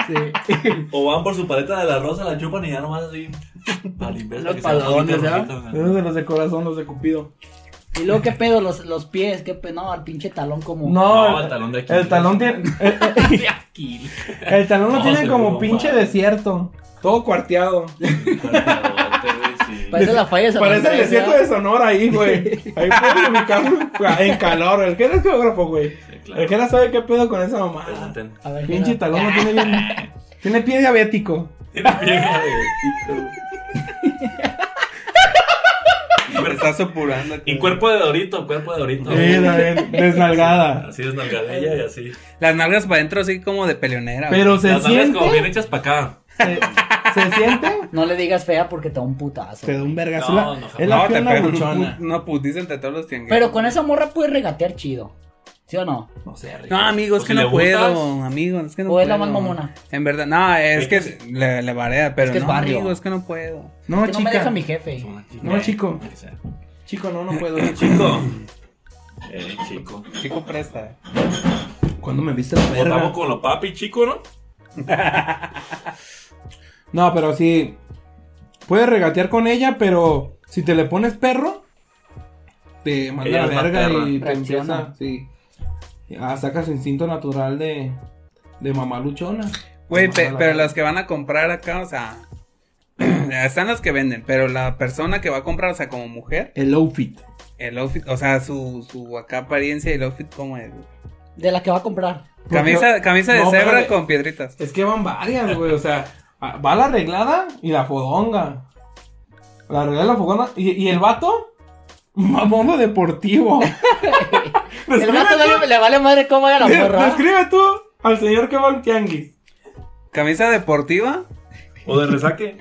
Speaker 5: Sí.
Speaker 4: O van por su paleta de la rosa, la chupan y ya nomás así. Al imbécil.
Speaker 5: Los
Speaker 4: que sea
Speaker 5: palones,
Speaker 4: bonito,
Speaker 5: ¿verdad?
Speaker 4: rojito, güey.
Speaker 6: Esos de los de corazón, los de Cupido.
Speaker 5: Y luego, ¿qué pedo? Los, los pies, ¿qué pedo? No, al pinche talón como.
Speaker 6: No,
Speaker 4: No, el talón de aquí.
Speaker 6: El talón tiene. El,
Speaker 5: De aquí.
Speaker 6: el talón lo
Speaker 4: No,
Speaker 6: tiene
Speaker 4: se
Speaker 6: como
Speaker 4: lo
Speaker 6: pinche
Speaker 4: robaron.
Speaker 6: desierto. Todo cuarteado.
Speaker 4: Cuarteadote, güey, sí.
Speaker 5: Parece la falla de San
Speaker 6: Parece el
Speaker 5: Andrés,
Speaker 6: desierto
Speaker 5: ¿verdad?
Speaker 6: de Sonora ahí, güey. Ahí puedes ubicarlo en calor. El que era es geógrafo, güey.
Speaker 4: Sí, claro.
Speaker 6: El que era sabe qué pedo con esa mamada.
Speaker 4: Pregunten.
Speaker 5: A ver,
Speaker 6: Pinche
Speaker 5: mira.
Speaker 6: talón no tiene bien. Tiene pie diabético.
Speaker 4: Tiene vieja de
Speaker 3: Estás apurando. aquí.
Speaker 4: Y cuerpo de dorito, cuerpo de dorito.
Speaker 6: Sí, también, desnalgada.
Speaker 4: Así es nalgadilla y así.
Speaker 3: Las nalgas para adentro, así como de peleonera. güey.
Speaker 6: Pero se
Speaker 4: Las nalgas como bien
Speaker 6: siente.
Speaker 4: hechas para acá.
Speaker 6: Se, se siente.
Speaker 5: No le digas fea porque te da un putazo.
Speaker 6: Te da un vergazo.
Speaker 4: No,
Speaker 6: la-
Speaker 4: no,
Speaker 6: es la
Speaker 3: te
Speaker 6: pierna
Speaker 3: pegan un
Speaker 6: buchona.
Speaker 3: put- No, pues dicen entre todos los tiangueros.
Speaker 5: Pero con esa morra puedes regatear chido. ¿Sí o no?
Speaker 4: No sé, Rico.
Speaker 3: No, amigo, es
Speaker 4: Pues
Speaker 3: que
Speaker 4: si le
Speaker 3: no puedo.
Speaker 4: gustas,
Speaker 3: Amigo, es que no
Speaker 5: O
Speaker 3: puedo.
Speaker 5: es la más mamona.
Speaker 3: En verdad, no, es
Speaker 4: Es
Speaker 3: que
Speaker 4: que
Speaker 3: es- le, le varea, pero
Speaker 5: Es que es
Speaker 3: no,
Speaker 5: barrio.
Speaker 3: amigo, es que no puedo.
Speaker 6: No,
Speaker 5: que no me
Speaker 6: chica.
Speaker 5: deja mi jefe.
Speaker 6: No, chico.
Speaker 4: que sea.
Speaker 6: Chico, no, no puedo.
Speaker 4: Chico. Eh, chico. eh.
Speaker 3: Chico presta.
Speaker 6: ¿Cuándo me viste la
Speaker 4: Votamos con los papi, chico, ¿no?
Speaker 6: No, pero sí. Puedes regatear con ella, pero si te le pones perro, te manda
Speaker 4: Ella
Speaker 6: a
Speaker 4: es
Speaker 6: la
Speaker 4: más
Speaker 6: verga
Speaker 4: perra.
Speaker 6: y te
Speaker 5: Reacciona.
Speaker 6: empieza. Sí. Ah, saca su instinto natural de, de mamaluchona.
Speaker 3: Güey, pe-
Speaker 6: Te manda a la
Speaker 3: pero
Speaker 6: verga.
Speaker 3: las que van a comprar acá, o sea, están las que venden, pero la persona que va a comprar, o sea, como mujer,
Speaker 6: El outfit.
Speaker 3: el outfit, o sea, su, su acá apariencia y el outfit, ¿cómo es? güey?
Speaker 5: De la que va a comprar.
Speaker 3: Camisa, camisa de
Speaker 6: No,
Speaker 3: cebra
Speaker 6: espérate.
Speaker 3: con piedritas.
Speaker 6: Es que van varias, güey. O sea, a- va la arreglada y la fodonga. La arreglada y la fodonga. ¿Y, y el vato? Mamono deportivo. Pues
Speaker 5: El gato le, le vale madre cómo vaya la morra.
Speaker 6: Describe tú al señor que va al tianguis.
Speaker 3: Camisa deportiva,
Speaker 4: O de resaque.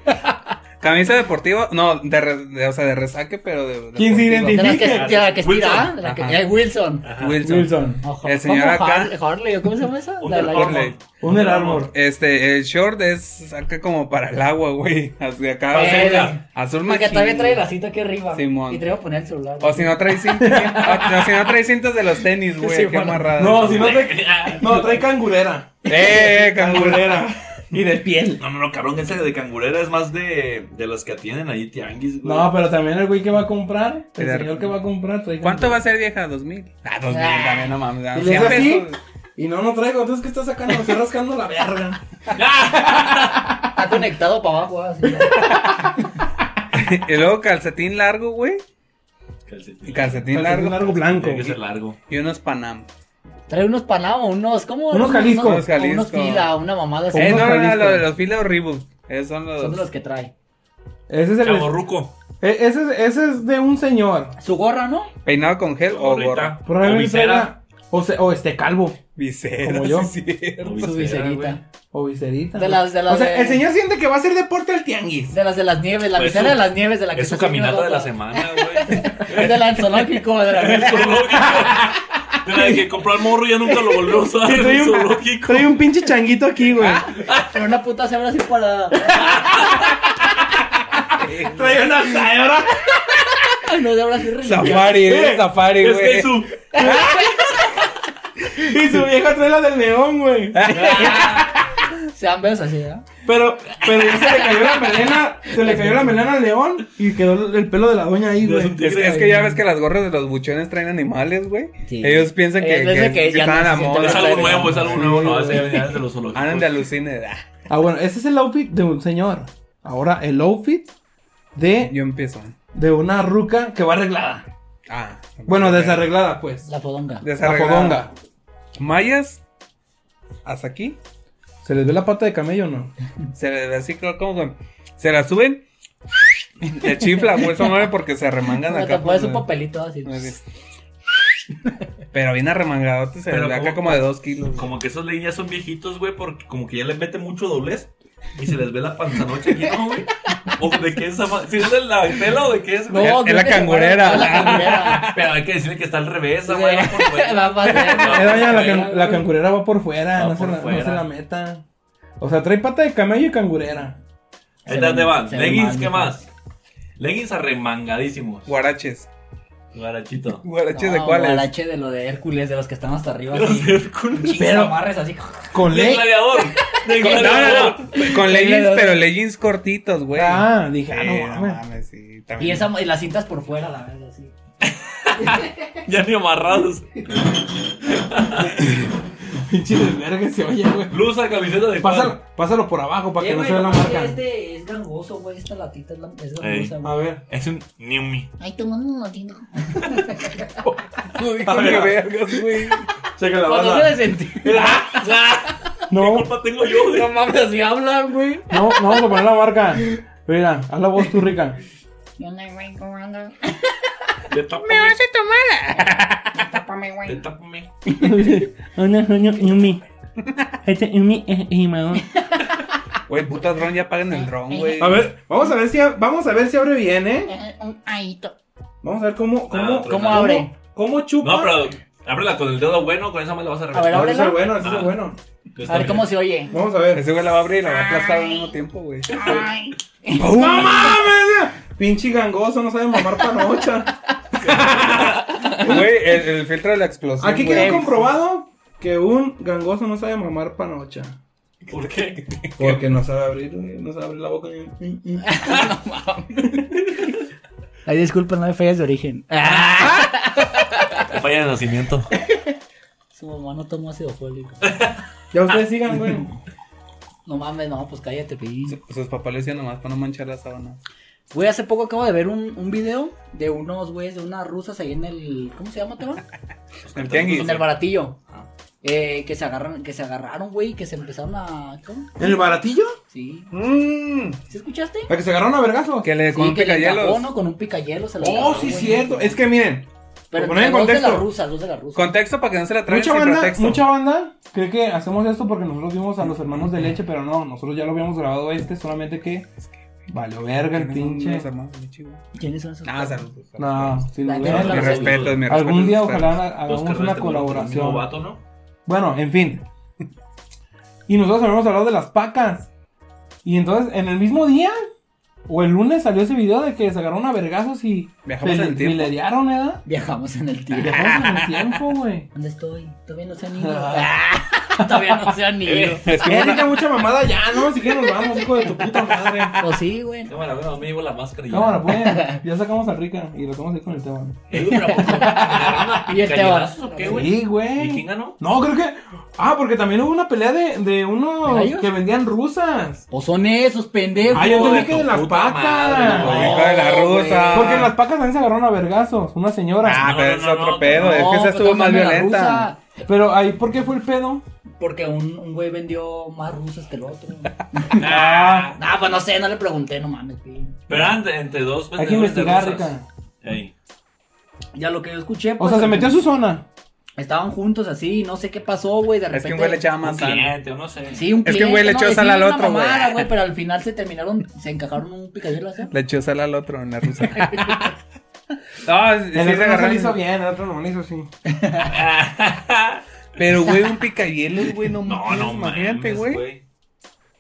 Speaker 3: camisa deportiva, no, de, re- de- o sea, de resaque, pero de.
Speaker 6: ¿Quién se
Speaker 3: deportiva.
Speaker 5: De la que,
Speaker 6: Wilson.
Speaker 5: de la que estira.
Speaker 4: Wilson.
Speaker 5: De la que,
Speaker 3: Ajá.
Speaker 5: eh, Wilson.
Speaker 3: Wilson.
Speaker 5: Ojo,
Speaker 3: El señor
Speaker 5: ¿cómo?
Speaker 3: acá.
Speaker 5: Har- Harley, ¿o ¿cómo se llama esa?
Speaker 4: Un
Speaker 5: La de la
Speaker 4: Harley.
Speaker 5: llama.
Speaker 6: Un el árbol.
Speaker 3: Este, el short es acá como para el agua, güey. Así acá.
Speaker 5: Eh,
Speaker 3: azul- azul
Speaker 5: Porque
Speaker 3: machín.
Speaker 5: todavía trae la cita aquí arriba.
Speaker 3: Simón.
Speaker 5: Y trae a poner el celular.
Speaker 3: O si no trae cintas, o si no trae cintas de los tenis, güey.
Speaker 5: Sí,
Speaker 3: qué
Speaker 5: bueno.
Speaker 3: amarrada.
Speaker 6: No, si no trae. No, trae cangurera.
Speaker 3: Eh, canguro.
Speaker 6: Cangurera. Y de piel.
Speaker 4: No, no, no, cabrón, esa de cangurera es más de, de las que atienden ahí tianguis, güey.
Speaker 6: No, pero también el güey que va a comprar, el
Speaker 3: De-
Speaker 6: señor que va a comprar, trae
Speaker 3: ¿Cuánto va a
Speaker 6: cangurera.
Speaker 3: ser vieja? ¿Dos mil? Ah, dos mil
Speaker 5: Ah.
Speaker 3: también, no mames. ah,
Speaker 6: Y le
Speaker 3: cien
Speaker 6: hace así.
Speaker 3: pesos.
Speaker 6: Y no, no traigo, entonces que está sacando, estoy rascando la verga.
Speaker 5: Está conectado para abajo. así.
Speaker 3: Y luego calcetín largo, güey. Y
Speaker 4: Calcetín.
Speaker 3: calcetín
Speaker 6: Calcetín
Speaker 3: largo.
Speaker 6: largo blanco.
Speaker 4: Tiene que ser largo.
Speaker 3: Y unos panam.
Speaker 5: Trae unos Panam, unos, ¿cómo?
Speaker 6: Unos Jalisco.
Speaker 5: Unos,
Speaker 3: Unos
Speaker 5: unos
Speaker 3: Jalisco.
Speaker 5: fila, una mamada así.
Speaker 3: Eh, no, no, no,
Speaker 6: Jalisco.
Speaker 3: lo de los filos Reebok. Esos son los.
Speaker 5: Son de los que trae.
Speaker 6: Ese es el.
Speaker 4: Chaborruco.
Speaker 6: e- Ese, es- ese es de un señor.
Speaker 5: Su gorra, ¿no?
Speaker 3: Peinado con gel o gorra.
Speaker 4: gorrita, O
Speaker 6: Probablemente
Speaker 4: visera.
Speaker 6: traiga. O, se- o esté calvo.
Speaker 3: Visera.
Speaker 6: Como yo.
Speaker 3: sí, sí.
Speaker 4: O
Speaker 5: Su
Speaker 4: visera, güey.
Speaker 5: viserita.
Speaker 6: O viserita.
Speaker 5: De las- de las
Speaker 6: o sea,
Speaker 5: de-
Speaker 6: el señor siente que va a hacer deporte al tianguis.
Speaker 5: De las de las nieves, la
Speaker 4: Pues
Speaker 5: visera
Speaker 4: su-
Speaker 5: de las nieves de la que
Speaker 4: Es su
Speaker 5: está haciendo
Speaker 4: caminata de la
Speaker 5: gorra.
Speaker 4: semana, güey.
Speaker 5: Es de la del zoológico, de la
Speaker 4: Es zoológico. Desde que compró al morro ya nunca lo volvió a usar. en
Speaker 6: Trae
Speaker 4: el
Speaker 6: un,
Speaker 4: zoológico.
Speaker 6: trae un pinche changuito aquí, güey.
Speaker 5: Pero una puta cebra así para.
Speaker 6: Trae una cebra.
Speaker 5: Ay, no, cebra así ridícula.
Speaker 6: Safari,
Speaker 4: Eh,
Speaker 6: eh, safari,
Speaker 4: Es
Speaker 6: güey.
Speaker 4: que su.
Speaker 6: Y su vieja trae la del león, güey.
Speaker 5: Sean besos así, ¿eh?
Speaker 6: Pero, pero ya se le cayó la melena, se le cayó la melena al león y quedó el pelo de la doña ahí, güey.
Speaker 3: Es, es que ya ves que las gorras de los buchones traen animales, güey. Ellos piensan que,
Speaker 5: Es de
Speaker 3: que, que
Speaker 5: que ya
Speaker 3: están a
Speaker 5: no
Speaker 3: la
Speaker 5: se siente
Speaker 3: moda.
Speaker 4: Es algo
Speaker 3: güey.
Speaker 4: nuevo, es algo nuevo. No, ese ya venía desde los zoológicos.
Speaker 3: Andan de alucines. Ah,
Speaker 6: Ah, bueno, ese es el outfit de un señor. Ahora, el outfit de,
Speaker 3: Yo empiezo.
Speaker 6: de una ruca que va arreglada.
Speaker 3: Ah.
Speaker 6: Bueno, desarreglada, pues.
Speaker 5: La fodonga.
Speaker 6: La
Speaker 3: Desarreglada.
Speaker 6: fodonga.
Speaker 3: Mayas, hasta aquí.
Speaker 6: ¿Se les ve la pata de camello o no?
Speaker 3: Se le- así como, como- se la suben. Te chifla, güey, eso mueve porque se remangan
Speaker 5: Pero
Speaker 3: acá.
Speaker 5: te pones
Speaker 3: pues,
Speaker 5: un papelito así.
Speaker 3: así. Pero bien arremangadote, se
Speaker 4: Pero
Speaker 3: le ve acá como
Speaker 4: como-
Speaker 3: de dos kilos.
Speaker 4: Como que esos leyes ya son viejitos, güey, porque como que ya les mete mucho doblez y se les ve la panzanoche aquí, ¿no, güey? ¿O de qué es esa ma- ¿Si es de la tela o de qué es, güey?
Speaker 3: Es- es
Speaker 5: creo
Speaker 3: la
Speaker 5: que se
Speaker 3: cangurera.
Speaker 5: parece a la cangurera.
Speaker 4: Pero hay que decirle que está al revés,
Speaker 5: Sí.
Speaker 4: esa madre, por fuera.
Speaker 5: Va a pasar.
Speaker 6: Eh, doña, la, can- la cangurera va por fuera,
Speaker 4: Va
Speaker 6: no,
Speaker 4: por
Speaker 6: se la, no
Speaker 4: fuera.
Speaker 6: se la meta. O sea, trae pata de camello y cangurera.
Speaker 4: Ahí está, te van.
Speaker 5: Se
Speaker 4: Leggings,
Speaker 5: remanga.
Speaker 4: ¿qué más? Leggings arremangadísimos.
Speaker 3: Guaraches.
Speaker 4: Guarachito.
Speaker 3: Guaraches
Speaker 5: No,
Speaker 3: de cuáles.
Speaker 5: guarache de lo de Hércules, de los que están hasta arriba.
Speaker 4: Los
Speaker 5: Así.
Speaker 4: Hércules.
Speaker 5: Pero amarres así.
Speaker 6: Con
Speaker 4: De
Speaker 6: ley.
Speaker 4: gladiador. De
Speaker 3: Con, no, no,
Speaker 4: gladiador.
Speaker 3: no. Con leggings, pero leggings cortitos, güey.
Speaker 6: Ah, dije, ah,
Speaker 3: Eh,
Speaker 6: no
Speaker 3: no
Speaker 6: mames.
Speaker 3: mames, sí,
Speaker 5: Y,
Speaker 3: también.
Speaker 5: esa, y las cintas por fuera, la verdad, así.
Speaker 4: Ya ni amarrados.
Speaker 6: Pinche desvergue se oye, güey.
Speaker 4: Blusa, camiseta de
Speaker 6: Pásalo,
Speaker 4: pan.
Speaker 6: pásalo por abajo para que
Speaker 5: Eh,
Speaker 6: no
Speaker 5: güey,
Speaker 6: se vea la
Speaker 5: nomás que
Speaker 6: marca.
Speaker 5: Este es gangoso, güey. Esta latita es, la- es
Speaker 4: Ey.
Speaker 5: gangosa,
Speaker 6: A
Speaker 5: güey.
Speaker 6: ver.
Speaker 4: Es un Niumi.
Speaker 5: Ay, tomando un matito.
Speaker 3: Uy, con mi vergas, güey.
Speaker 6: Checa la
Speaker 5: Cuando se le sentí.
Speaker 4: ¿Qué
Speaker 6: No,
Speaker 4: culpa tengo yo, güey?
Speaker 5: No mames, así hablan, Ah, güey.
Speaker 6: no, no vamos a poner la marca. Mira, haz la voz tú, rica.
Speaker 7: Yo no voy cobrando.
Speaker 4: De tápame.
Speaker 7: Tápame,
Speaker 4: De
Speaker 7: güey.
Speaker 4: tápame.
Speaker 6: Una sueño Yumi. Este Yumi es Imaón.
Speaker 3: Güey, putas dron, ya paguen el dron, güey.
Speaker 6: A ver, vamos a ver si vamos a ver si abre bien, ¿eh?
Speaker 7: Eh, Un aito.
Speaker 6: Vamos a ver cómo cómo
Speaker 4: Ah,
Speaker 5: ¿Cómo pues abre?
Speaker 6: cómo chupa.
Speaker 4: No, pero ábrela con el dedo bueno, con esa madre la vas a
Speaker 5: A ver,
Speaker 4: reventar.
Speaker 6: No, ese es
Speaker 5: ábrela.
Speaker 6: el bueno, ese es
Speaker 4: Ah.
Speaker 6: el bueno.
Speaker 5: A ver cómo se oye.
Speaker 6: Vamos a ver.
Speaker 3: Ese güey la va a abrir y la va a aplastar al mismo tiempo, güey.
Speaker 7: Ay.
Speaker 6: ¡No mames! Pinche gangoso, no sabe mamar panocha.
Speaker 3: Güey, el, el filtro de la explosión.
Speaker 6: Aquí
Speaker 3: güey.
Speaker 6: quedó comprobado que un gangoso no sabe mamar panocha.
Speaker 4: ¿Por qué?
Speaker 6: Porque no sabe abrir, güey, no sabe abrir la boca. ni-
Speaker 5: Ay, disculpa, no hay fallas de origen.
Speaker 4: Falla de nacimiento.
Speaker 5: Su mamá no tomó ácido fólico.
Speaker 6: Ya ustedes sigan, güey.
Speaker 5: No mames, no, pues cállate, pi.
Speaker 3: Su- Sus papás le decían nomás para no manchar la sábana.
Speaker 5: Güey, hace poco acabo de ver un, un video de unos güeyes, de unas rusas ahí en el. ¿Cómo se llama, tema?
Speaker 3: El tianguis.
Speaker 5: En el baratillo.
Speaker 6: Ah.
Speaker 5: Eh, que se agarran, que se agarraron, güey, que se empezaron a. ¿Cómo?
Speaker 6: ¿El baratillo?
Speaker 5: Sí.
Speaker 3: Mm,
Speaker 5: ¿Sí escuchaste?
Speaker 6: ¿A que se agarraron a vergazos?
Speaker 3: que le
Speaker 5: Sí,
Speaker 3: con
Speaker 5: que le
Speaker 3: picayelos.
Speaker 5: encajó, ¿no? Con un picayelo se lo
Speaker 6: Oh,
Speaker 5: encajó,
Speaker 6: sí,
Speaker 5: güey.
Speaker 6: cierto. Es que miren,
Speaker 5: Pero
Speaker 6: Por poner en
Speaker 5: entre dos de
Speaker 6: contexto.
Speaker 5: las rusas, dos de las rusas.
Speaker 3: Contexto para que no se la traigan
Speaker 6: mucha
Speaker 3: sin
Speaker 6: banda,
Speaker 3: pretexto.
Speaker 6: mucha banda cree que hacemos esto porque nosotros vimos a los hermanos de leche, pero no, nosotros ya lo habíamos grabado este, solamente que valió verga el
Speaker 3: ¿Quiénes son
Speaker 6: pinche.
Speaker 3: los hermanos de Chihuahua?
Speaker 5: ¿Quiénes son esos?
Speaker 3: Ah, saludos.
Speaker 6: No, sin
Speaker 5: La
Speaker 6: lugar.
Speaker 5: que no
Speaker 3: Mi
Speaker 5: la-
Speaker 3: respeto, mi respeto.
Speaker 6: Algún día ojalá hagamos una
Speaker 4: Un
Speaker 6: colaboración.
Speaker 4: vato, ¿no?
Speaker 6: Bueno, en fin. Y nosotros habíamos hablado de las pacas. Y entonces, en el mismo día, o el lunes salió ese video de que se agarraron a vergazos y
Speaker 3: Viajamos en el tiempo.
Speaker 6: filerearon, ¿eh?
Speaker 5: Viajamos en el tiempo.
Speaker 6: Viajamos en el tiempo, güey.
Speaker 5: ¿Dónde estoy? Todavía no se han ido. Ah, Todavía no se han ido.
Speaker 3: Es que
Speaker 6: Ya
Speaker 3: una-
Speaker 6: dije mucha mamada ya, ¿no? Si que nos vamos, hijo de tu puta madre.
Speaker 5: Pues sí, güey.
Speaker 4: Cámara, bueno, me llevo la máscara y ya.
Speaker 6: Cámara, pues. Ya sacamos a Rica y lo vamos a ir con el tema.
Speaker 4: Eh, pero ¿a poco? ¿Agarraron a
Speaker 5: Y el
Speaker 4: picañonazos
Speaker 5: Tebas.
Speaker 4: o qué, güey?
Speaker 6: Sí, güey.
Speaker 4: ¿Y quién ganó?
Speaker 6: No, creo que. Ah, porque también hubo una pelea de, de unos
Speaker 5: ¿Medallos?
Speaker 6: que vendían rusas.
Speaker 5: O Pues son esos pendejos.
Speaker 6: Ah, yo
Speaker 4: Hijo
Speaker 6: entendí
Speaker 4: de
Speaker 6: que
Speaker 4: tu
Speaker 6: de las
Speaker 4: puta
Speaker 6: pacas.
Speaker 4: madre,
Speaker 3: Hijo de la
Speaker 5: güey.
Speaker 3: rusa.
Speaker 6: Porque las pacas también se agarraron a vergazos, una señora.
Speaker 3: Ah,
Speaker 4: No,
Speaker 3: pero
Speaker 4: no,
Speaker 3: es
Speaker 4: no,
Speaker 3: otro
Speaker 4: no,
Speaker 3: pedo.
Speaker 5: No,
Speaker 3: es que esa
Speaker 5: pues
Speaker 3: estuvo más
Speaker 5: dame la
Speaker 3: violenta.
Speaker 5: rusa,
Speaker 6: Pero ahí, ¿por qué fue el pedo?
Speaker 5: Porque un, un güey vendió más rusas que el otro.
Speaker 4: Ah,
Speaker 5: Ah, pues no sé, no le pregunté, no mames, pi.
Speaker 4: Pero eran de- entre dos
Speaker 6: Ah, Hay que
Speaker 4: vendedores Pues, de
Speaker 6: investigar,
Speaker 4: rosas.
Speaker 6: Rica.
Speaker 4: Ey.
Speaker 5: Ya lo que yo escuché,
Speaker 6: O
Speaker 5: pues.
Speaker 6: sea, se metió a su zona.
Speaker 5: Estaban juntos así, no sé qué pasó, güey. De
Speaker 3: Es
Speaker 5: repente.
Speaker 3: que un güey le echaba
Speaker 4: Un
Speaker 3: más sal.
Speaker 4: cliente, o no sé.
Speaker 5: Sí, un
Speaker 3: Es que un güey le
Speaker 5: cliente,
Speaker 3: echó
Speaker 5: ¿no?
Speaker 3: sal
Speaker 5: Sí,
Speaker 3: al
Speaker 5: una
Speaker 3: otro, güey.
Speaker 5: mamada, Pero al final se terminaron, se encajaron un picadillo así.
Speaker 3: Le echó sal al otro en la rusa. No, sí,
Speaker 6: El
Speaker 3: sí
Speaker 6: otro no se
Speaker 3: agarraron-
Speaker 6: lo hizo bien, el otro no lo hizo así.
Speaker 3: Pero, güey, un picayelos, güey, no,
Speaker 4: No,
Speaker 3: mames,
Speaker 4: no,
Speaker 3: Imagínate,
Speaker 4: mames,
Speaker 3: güey.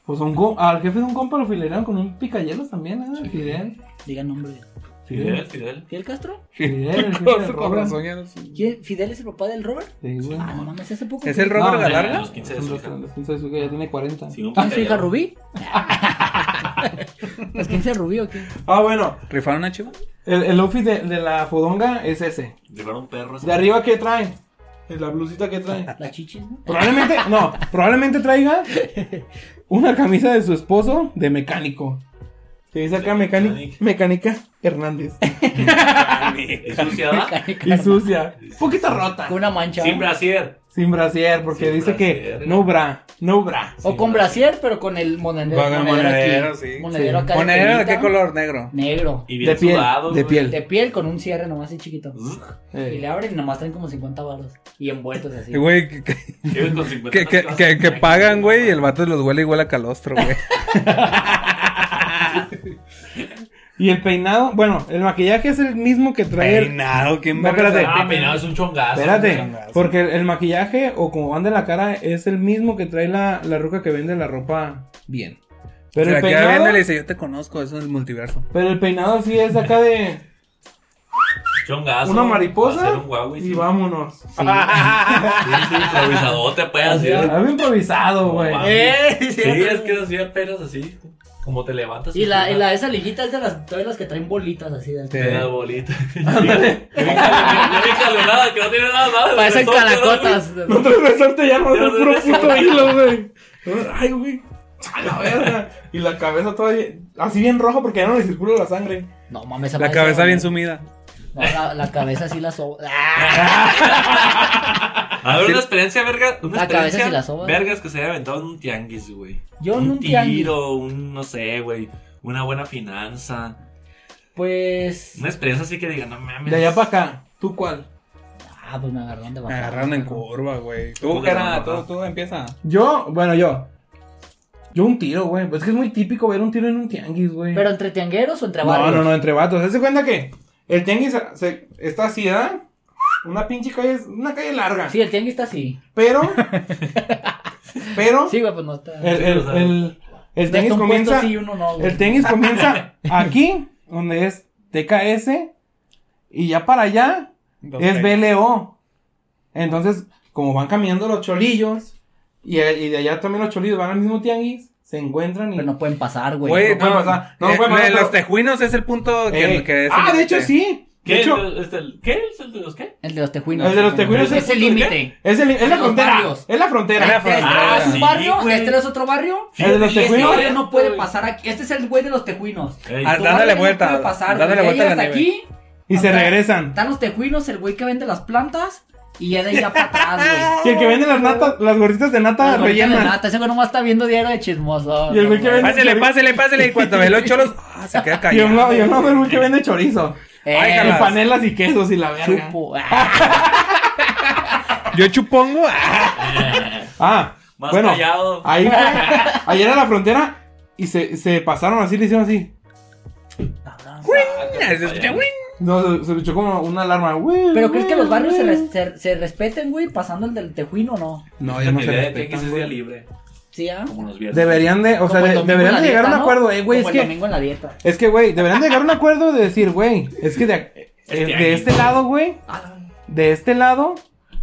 Speaker 6: Pues a un com- al jefe de un compa lo filearon con un picayelos también, ¿eh? Fidel.
Speaker 5: Diga nombre.
Speaker 4: Fidel, Fidel.
Speaker 5: ¿Fidel Castro?
Speaker 6: Fidel, el jefe
Speaker 3: Con
Speaker 6: de
Speaker 3: su
Speaker 6: Robert.
Speaker 3: corazón ya no sé.
Speaker 5: ¿Quién- ¿Fidel es el papá del Robert?
Speaker 6: Sí, güey.
Speaker 5: Ah, no mames, hace poco.
Speaker 3: ¿Es
Speaker 5: que-
Speaker 3: el Robert
Speaker 6: No,
Speaker 3: Galarga?
Speaker 4: Los 15 de
Speaker 6: Son
Speaker 4: su
Speaker 6: los-
Speaker 4: hija.
Speaker 6: los 15 de su hija, ya tiene 40.
Speaker 4: Sí, un
Speaker 5: ¿Ah, su hija
Speaker 4: picayelo.
Speaker 5: Rubí? ¿Es quién sea Rubí o qué?
Speaker 6: Ah, bueno,
Speaker 3: ¿Rifaron una chiva?
Speaker 6: el, el outfit de, de la fodonga es ese.
Speaker 4: Llevaron perros.
Speaker 6: ¿De arriba qué trae? La blusita que trae.
Speaker 5: La chichis, ¿no?
Speaker 6: Probablemente, no, probablemente traiga una camisa de su esposo de mecánico. Que dice acá
Speaker 4: De
Speaker 6: mecánica,
Speaker 4: mecánico.
Speaker 6: mecánica Hernández.
Speaker 4: ¿Es sucia, ¿verdad?
Speaker 6: Y sucia. Poquito rota.
Speaker 5: Con una mancha.
Speaker 4: Sin
Speaker 5: ¿no?
Speaker 4: brasier.
Speaker 6: Sin brasier, porque
Speaker 4: Sin
Speaker 6: dice que
Speaker 4: brasier.
Speaker 6: no bra, no bra.
Speaker 5: O con brasier, pero con el monedero.
Speaker 6: Vaga
Speaker 3: monedero,
Speaker 5: aquí.
Speaker 3: sí.
Speaker 5: Monedero acá. de
Speaker 3: ¿Monedero de
Speaker 5: perlita.
Speaker 3: qué color? Negro.
Speaker 5: Negro.
Speaker 4: Y bien
Speaker 6: De piel,
Speaker 4: sudado,
Speaker 6: de
Speaker 4: güey.
Speaker 5: De
Speaker 6: piel.
Speaker 5: piel con un cierre nomás así chiquito. Y le
Speaker 6: Eh,
Speaker 5: abren y nomás traen como 50 baros. Y envueltos así.
Speaker 3: Y, Güey, que, que-
Speaker 4: Lleven con 50
Speaker 3: que- que-
Speaker 4: más
Speaker 3: que-
Speaker 4: cosas.
Speaker 3: que pagan, güey, y el vato los huele igual a calostro, güey.
Speaker 6: Y el peinado, bueno, el maquillaje es el mismo que trae el-
Speaker 3: Peinado, ¿quién
Speaker 6: No,
Speaker 3: verga
Speaker 6: espérate.
Speaker 3: sabe?
Speaker 4: Ah, peinado es un chongazo.
Speaker 6: Espérate,
Speaker 3: Chingazo.
Speaker 6: porque el, el maquillaje o como van de la cara es el mismo que trae la, la ruca que vende la ropa bien. Pero
Speaker 3: Se
Speaker 6: el
Speaker 3: la queda viendo y
Speaker 6: peinado,
Speaker 3: le dice, yo te conozco, eso es el multiverso.
Speaker 6: pero el peinado sí es de acá de
Speaker 4: Chongazo.
Speaker 6: una
Speaker 4: Va a
Speaker 6: mariposa
Speaker 4: ser un Huawei,
Speaker 6: y
Speaker 4: sí.
Speaker 6: vámonos. Ah,
Speaker 5: Sí.
Speaker 4: Sí, sí, improvisadote, pues, así. de-
Speaker 6: Algo ah, improvisado, güey.
Speaker 3: Ah,
Speaker 4: Guau.
Speaker 5: ¡Eh! Sí,
Speaker 4: Sí, es que así apenas así, como te levantas.
Speaker 5: Y la, y
Speaker 4: te
Speaker 5: la esa liguita es de las, de las que traen bolitas así. De...
Speaker 3: Sí.
Speaker 4: Te da bolita. Yo vi cal- yo vi calonada, que no tiene nada, nada. de resorte,
Speaker 5: Parecen
Speaker 4: ¿no, güey?
Speaker 5: calacotas.
Speaker 6: No te resorte ya, no
Speaker 4: Ya
Speaker 6: es
Speaker 4: no
Speaker 6: puro
Speaker 4: resorte.
Speaker 6: puto hilo, güey. Ay, güey. A la verga. Y la cabeza toda así bien roja porque ya no le circula la sangre.
Speaker 5: No mames, esa
Speaker 3: La
Speaker 5: madre
Speaker 3: cabeza
Speaker 5: se-
Speaker 3: bien sumida.
Speaker 5: No, la, la cabeza sí la Ah, soba.
Speaker 4: A ver, una experiencia, verga. Una
Speaker 5: La cabeza
Speaker 4: experiencia,
Speaker 5: sí la soba.
Speaker 4: Vergas que se haya aventado en un tianguis, güey.
Speaker 5: Yo en un tianguis.
Speaker 4: tiro, un, no sé, güey. Una buena finanza.
Speaker 5: Pues.
Speaker 4: Una experiencia así que diga, no mames.
Speaker 6: De allá para acá. ¿Tú cuál?
Speaker 5: Ah, pues me agarraron de
Speaker 3: Me
Speaker 5: bajar.
Speaker 3: agarraron en curva, güey. Tú, cara, tú, tú, empieza.
Speaker 6: Yo, bueno, yo. Yo un tiro, güey. Pues Es que es muy típico ver un tiro en un tianguis, güey.
Speaker 5: ¿Pero entre tiangueros o entre
Speaker 6: No,
Speaker 5: barrios?
Speaker 6: no, no, entre vatos. ¿Se cuenta que el tianguis se- está así, ¿verdad? Una pinche calle, es una calle larga.
Speaker 5: Sí, el tianguis está así.
Speaker 6: Pero, pero,
Speaker 5: Sí, güey, pues no está.
Speaker 6: el, el, el, el
Speaker 5: No está
Speaker 6: tianguis
Speaker 5: un puesto
Speaker 6: comienza,
Speaker 5: así y uno no, güey.
Speaker 6: el tianguis comienza aquí, donde es TKS, y ya para allá
Speaker 3: Dos,
Speaker 6: es
Speaker 3: tres.
Speaker 6: BLO. Entonces, como van caminando los cholillos, y, y de allá también los cholillos van al mismo tianguis, se encuentran y...
Speaker 5: Pero no pueden pasar, güey.
Speaker 3: Güey,
Speaker 6: no puede
Speaker 3: no,
Speaker 6: pasar, no
Speaker 3: eh,
Speaker 6: puede pasar,
Speaker 3: eh,
Speaker 6: pero-
Speaker 3: Los tejuinos es el punto que,
Speaker 6: Ey.
Speaker 3: que es
Speaker 6: ah,
Speaker 3: el
Speaker 6: de hecho
Speaker 3: límite.
Speaker 6: sí.
Speaker 4: ¿Qué?
Speaker 6: De hecho,
Speaker 4: ¿El, este, el- ¿Qué? ¿Es el de los qué?
Speaker 5: El de los tejuinos.
Speaker 6: el de los tejuinos
Speaker 5: Es
Speaker 6: punto
Speaker 5: el
Speaker 6: de qué?
Speaker 5: límite.
Speaker 6: Es, el- es la
Speaker 5: Los
Speaker 6: frontera.
Speaker 5: barrios.
Speaker 6: Es la frontera. Ah,
Speaker 3: Era
Speaker 5: Este,
Speaker 3: frontera.
Speaker 5: es un
Speaker 4: Sí,
Speaker 5: barrio,
Speaker 4: güey.
Speaker 5: este es otro barrio.
Speaker 6: El de los
Speaker 5: Y este
Speaker 6: tejuinos.
Speaker 5: barrio no puede pasar aquí. Este es el güey de los tejuinos.
Speaker 4: Ey,
Speaker 3: Ah,
Speaker 5: Tu
Speaker 3: dándole
Speaker 5: barrio no
Speaker 3: vuelta,
Speaker 5: puede pasar,
Speaker 3: dándole
Speaker 5: güey.
Speaker 3: vuelta a la
Speaker 5: Llegas
Speaker 3: nieve.
Speaker 5: aquí,
Speaker 6: Y se
Speaker 5: acá
Speaker 6: regresan.
Speaker 5: Están los tejuinos, el güey que vende las plantas. Y ya de ahí ya para atrás,
Speaker 6: Y
Speaker 5: güey.
Speaker 6: el que vende las natas, las gorditas de nata
Speaker 5: Ahorita de
Speaker 6: rellenas.
Speaker 5: nata, Ese güey nomás está viendo diario de chismoso.
Speaker 6: Y el
Speaker 5: no,
Speaker 6: güey que
Speaker 5: güey.
Speaker 6: vende-
Speaker 3: Pásele, pásele, pásele. Y cuando ve los cholos, ah, se queda
Speaker 6: Y un lado,
Speaker 3: callado.
Speaker 6: y un lado el güey que vende chorizo.
Speaker 3: Ay,
Speaker 5: Eh,
Speaker 6: Y
Speaker 3: Carlos.
Speaker 6: panelas y quesos y la verga.
Speaker 5: chupo. Ah,
Speaker 3: Yo chupongo. ah.
Speaker 6: Ah,
Speaker 4: Más
Speaker 6: bueno. Ah,
Speaker 4: callado.
Speaker 6: Ahí fue. Ahí era la frontera y se, se pasaron así, le hicieron así.
Speaker 3: Se escucha, güey.
Speaker 6: No, se, se escuchó como una alarma. Güey,
Speaker 5: Pero ¿crees que los barrios se,
Speaker 6: güey.
Speaker 5: res- se- se respeten, güey? Pasando el del tejuino, ¿no?
Speaker 6: No, ya
Speaker 4: La
Speaker 6: no se
Speaker 4: idea de tianguis
Speaker 6: respetan,
Speaker 4: es
Speaker 6: güey.
Speaker 4: día libre,
Speaker 5: Sí, ¿ah?
Speaker 4: como los viernes.
Speaker 6: Deberían de, o sea,
Speaker 5: Como el
Speaker 6: de-
Speaker 5: domingo en
Speaker 6: deberían
Speaker 5: la
Speaker 6: de llegar a un
Speaker 5: dieta, ¿no?
Speaker 6: acuerdo, eh, güey. Es
Speaker 5: Como el
Speaker 6: que
Speaker 5: domingo en la dieta.
Speaker 6: Es que, güey, deberían de llegar a un acuerdo de decir, güey, es que de, eh, de este lado, güey,
Speaker 5: Ah,
Speaker 6: de este lado,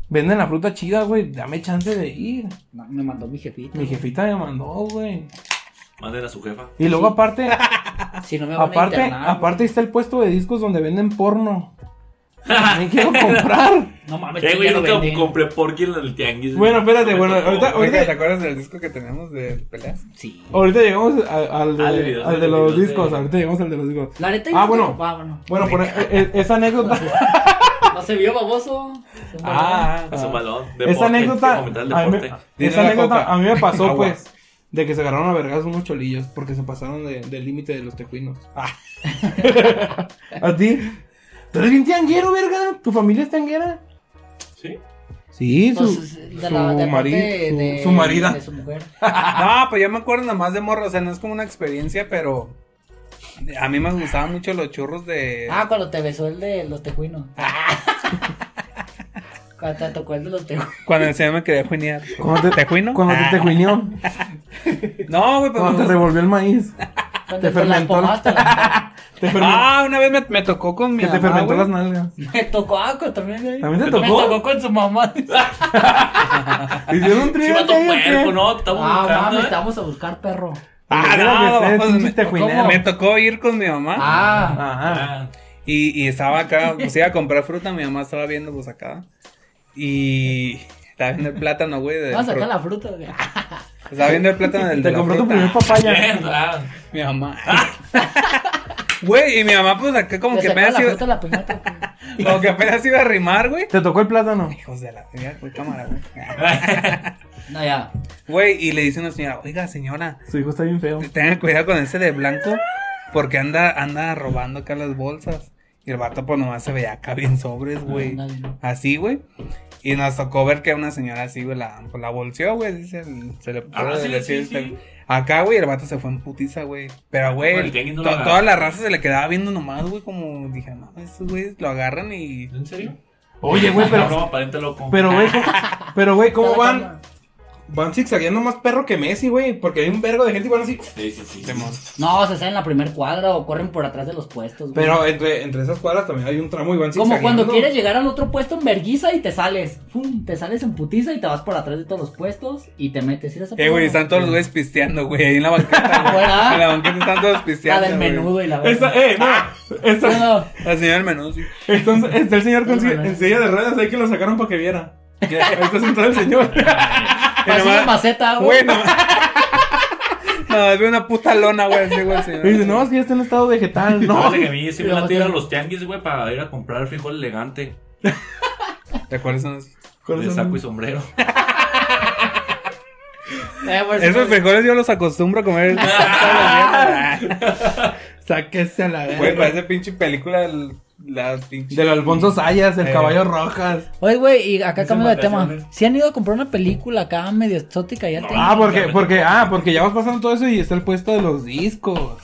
Speaker 6: venden la fruta chida, güey, dame chance de ir.
Speaker 5: No, me mandó mi jefita.
Speaker 6: Mi jefita me mandó, güey.
Speaker 4: Manden a su jefa.
Speaker 6: Y luego aparte,
Speaker 5: Ah, Si no me van
Speaker 6: aparte,
Speaker 5: a internar.
Speaker 6: aparte está el puesto de discos donde venden porno. Me quiero comprar.
Speaker 5: No mames,
Speaker 4: Eh,
Speaker 5: Pues sí,
Speaker 4: güey,
Speaker 5: ya
Speaker 4: yo
Speaker 5: lo
Speaker 4: nunca
Speaker 5: venden.
Speaker 4: compré porky en el tianguis. güey.
Speaker 6: Bueno, espérate,
Speaker 4: No me
Speaker 6: bueno,
Speaker 4: tocó.
Speaker 6: ahorita-
Speaker 3: Oiga, ¿te acuerdas del disco que tenemos de peleas?
Speaker 5: Sí.
Speaker 6: Ahorita llegamos a- al, de,
Speaker 4: Al de videos,
Speaker 6: al de
Speaker 4: al de
Speaker 6: los
Speaker 4: videos de-
Speaker 6: discos, ahorita llegamos al de los discos.
Speaker 5: La neta,
Speaker 6: Ah,
Speaker 5: yo-
Speaker 6: bueno.
Speaker 5: Ah, bueno.
Speaker 6: Bueno, por e- e- esa anécdota,
Speaker 5: No se vio baboso.
Speaker 6: ah,
Speaker 4: Es un balón.
Speaker 6: esa anécdota,
Speaker 4: Deporte, fomentar el
Speaker 6: a mí,
Speaker 4: deporte.
Speaker 6: me,
Speaker 3: Dile
Speaker 6: esa
Speaker 3: la
Speaker 6: anécdota
Speaker 3: coca.
Speaker 6: a mí me pasó,
Speaker 3: Agua.
Speaker 6: pues, de que se agarraron a vergas unos cholillos porque se pasaron de- del límite de los tejuinos. ¿A ti? ¿Tú eres bien tianguero, verga? ¿Tu familia es tianguera?
Speaker 4: ¿Sí?
Speaker 6: Sí, su,
Speaker 5: Pues, de la,
Speaker 6: su
Speaker 5: de parte
Speaker 6: mari-
Speaker 5: de,
Speaker 6: su- su marida.
Speaker 5: De su mujer.
Speaker 3: No, pues yo me acuerdo nomás de morro, o sea, no es como una experiencia, pero A mí me gustaban mucho los churros de.
Speaker 5: Ah, cuando te besó el de los tejuinos.
Speaker 6: Ah.
Speaker 5: cuando te tocó el de los tejuinos.
Speaker 3: Cuando el señor me quería juinear.
Speaker 6: Cuando te,
Speaker 3: juino?
Speaker 6: Cuando
Speaker 3: Ah.
Speaker 6: te, te juineó.
Speaker 3: No, güey, pues, pero.
Speaker 6: Cuando te revolvió el maíz.
Speaker 5: Cuando
Speaker 6: Te
Speaker 5: con las
Speaker 6: fermentó.
Speaker 5: pomadas te la-
Speaker 6: Te fermen-
Speaker 3: Ah, una vez me, me tocó con mi.
Speaker 6: que te
Speaker 3: mamá,
Speaker 6: fermentó
Speaker 3: güey.
Speaker 6: las nalgas.
Speaker 5: Me tocó, ah, cuando también. ahí.
Speaker 6: ¿También te
Speaker 5: Me
Speaker 6: tocó?
Speaker 5: tocó con su
Speaker 4: Ah,
Speaker 5: mamá.
Speaker 6: Hicieron un
Speaker 4: Sí,
Speaker 6: trío.
Speaker 4: va tu
Speaker 6: ¿qué?
Speaker 4: cuerpo, no, te estamos
Speaker 5: Ah,
Speaker 4: buscando.
Speaker 5: mami,
Speaker 4: ¿eh?
Speaker 5: estamos a buscar perro.
Speaker 3: Ah, no,
Speaker 6: Era que
Speaker 3: vamos,
Speaker 6: ustedes
Speaker 3: me-
Speaker 6: pinches tejuineros.
Speaker 5: ¿Cómo?
Speaker 3: Me tocó ir con mi mamá.
Speaker 5: Ah,
Speaker 6: Ajá.
Speaker 4: Ah,
Speaker 3: Y, y estaba acá, pues iba a comprar fruta, mi mamá estaba viendo pues acá. Y estaba viendo el plátano, güey. de
Speaker 5: vamos a sacar
Speaker 3: fruta. Ah,
Speaker 5: la fruta. güey.
Speaker 3: Estaba viendo el plátano del de
Speaker 6: Te
Speaker 3: la
Speaker 6: compró tu
Speaker 3: fruta.
Speaker 6: primer
Speaker 4: bien,
Speaker 6: papaya.
Speaker 4: ah.
Speaker 3: Mi mamá. Güey, y mi mamá pues acá como
Speaker 5: Le
Speaker 3: que
Speaker 5: sacó
Speaker 3: apenas
Speaker 5: la
Speaker 3: iba,
Speaker 5: fruta a la piñata.
Speaker 3: como que apenas iba a rimar, güey.
Speaker 6: Te tocó el plátano.
Speaker 3: Hijos de la mira, güey, cámara, güey.
Speaker 5: No, ya.
Speaker 3: Güey, y le dice una señora, oiga señora,
Speaker 6: Su hijo está bien feo.
Speaker 3: tenga cuidado con ese de blanco, porque anda, anda robando acá las bolsas. Y el vato pues nomás se veía acá bien sobres, güey.
Speaker 5: Ándale.
Speaker 3: Así, güey. Y nos tocó ver que una señora así, güey, la, pues, la bolseó, güey. dice el- se le
Speaker 4: Ah,
Speaker 3: pudo
Speaker 4: sí,
Speaker 3: decir
Speaker 4: sí,
Speaker 3: este-
Speaker 4: sí.
Speaker 3: Acá, güey, el vato se fue en putiza, güey. Pero,
Speaker 4: Pero
Speaker 3: güey,
Speaker 4: el tianguis no
Speaker 3: to-
Speaker 4: lo agarra.
Speaker 3: toda la raza se le quedaba viendo nomás, güey, como dije, no, esos güeyes lo agarran y.
Speaker 4: ¿En serio?
Speaker 6: Oye, güey,
Speaker 4: Pero
Speaker 6: pero.
Speaker 4: no, aparente loco.
Speaker 6: Pero, güey, ¿cómo- pero, güey, ¿cómo
Speaker 5: Está la
Speaker 6: van? Van zigzagueando más perro que Messi, güey. Porque hay un vergo de gente y van así.
Speaker 4: Sí, sí, sí.
Speaker 5: No, se salen en la primer cuadra o corren por atrás de los puestos. güey.
Speaker 6: Pero entre, entre esas cuadras también hay un tramo y van
Speaker 5: Como
Speaker 6: zigzagueando.
Speaker 5: cuando quieres llegar al otro puesto en verguiza y te sales. Fum, te sales en putiza y te vas por atrás de todos los puestos y te metes. ¿Sí eres esa
Speaker 3: Eh, güey,
Speaker 5: persona?
Speaker 3: están todos los güeyes pisteando, güey, ahí en la banqueta. güey.
Speaker 5: Fuera.
Speaker 3: en la banqueta están todos
Speaker 5: La
Speaker 3: pisteando.
Speaker 5: del
Speaker 3: güey.
Speaker 5: menudo y la
Speaker 6: Esta,
Speaker 5: verga.
Speaker 6: eh, no. Esta,
Speaker 5: No, no.
Speaker 3: La señora del menudo, sí.
Speaker 6: Entonces, está el señor con
Speaker 5: No, no,
Speaker 6: silla-
Speaker 5: no.
Speaker 6: en silla de ruedas, ahí que lo sacaron para que viera. Ahí está sentado el señor.
Speaker 5: Parece
Speaker 3: nomás-
Speaker 5: una maceta, güey.
Speaker 3: Bueno. No, es una puta lona, güey, así, güey, el señor.
Speaker 6: Y dice, no, es que ya está en estado vegetal, no.
Speaker 4: Fíjate que a mí sí me
Speaker 5: Y la
Speaker 4: la tira a
Speaker 5: botella.
Speaker 4: los tianguis, güey, para ir a comprar frijol elegante.
Speaker 3: ¿De cuáles son esos?
Speaker 6: Con
Speaker 4: De
Speaker 6: eso-
Speaker 4: saco y sombrero.
Speaker 5: Eh, pues,
Speaker 3: Esos frijoles yo los acostumbro a comer. todos los días.
Speaker 6: Sáquese a la
Speaker 3: Güey,
Speaker 6: verga.
Speaker 3: parece pinche película del, la pinche...
Speaker 6: Del Alfonso Sayas, el
Speaker 3: Eh.
Speaker 6: caballo rojas.
Speaker 5: Oye, güey, y acá cambio de tema.
Speaker 4: vacaciones.
Speaker 5: Si han ido a comprar una película acá medio exótica ya
Speaker 4: No.
Speaker 5: tengo.
Speaker 6: Ah, porque, porque, ah, porque ya vas pasando todo eso y está el puesto de los discos.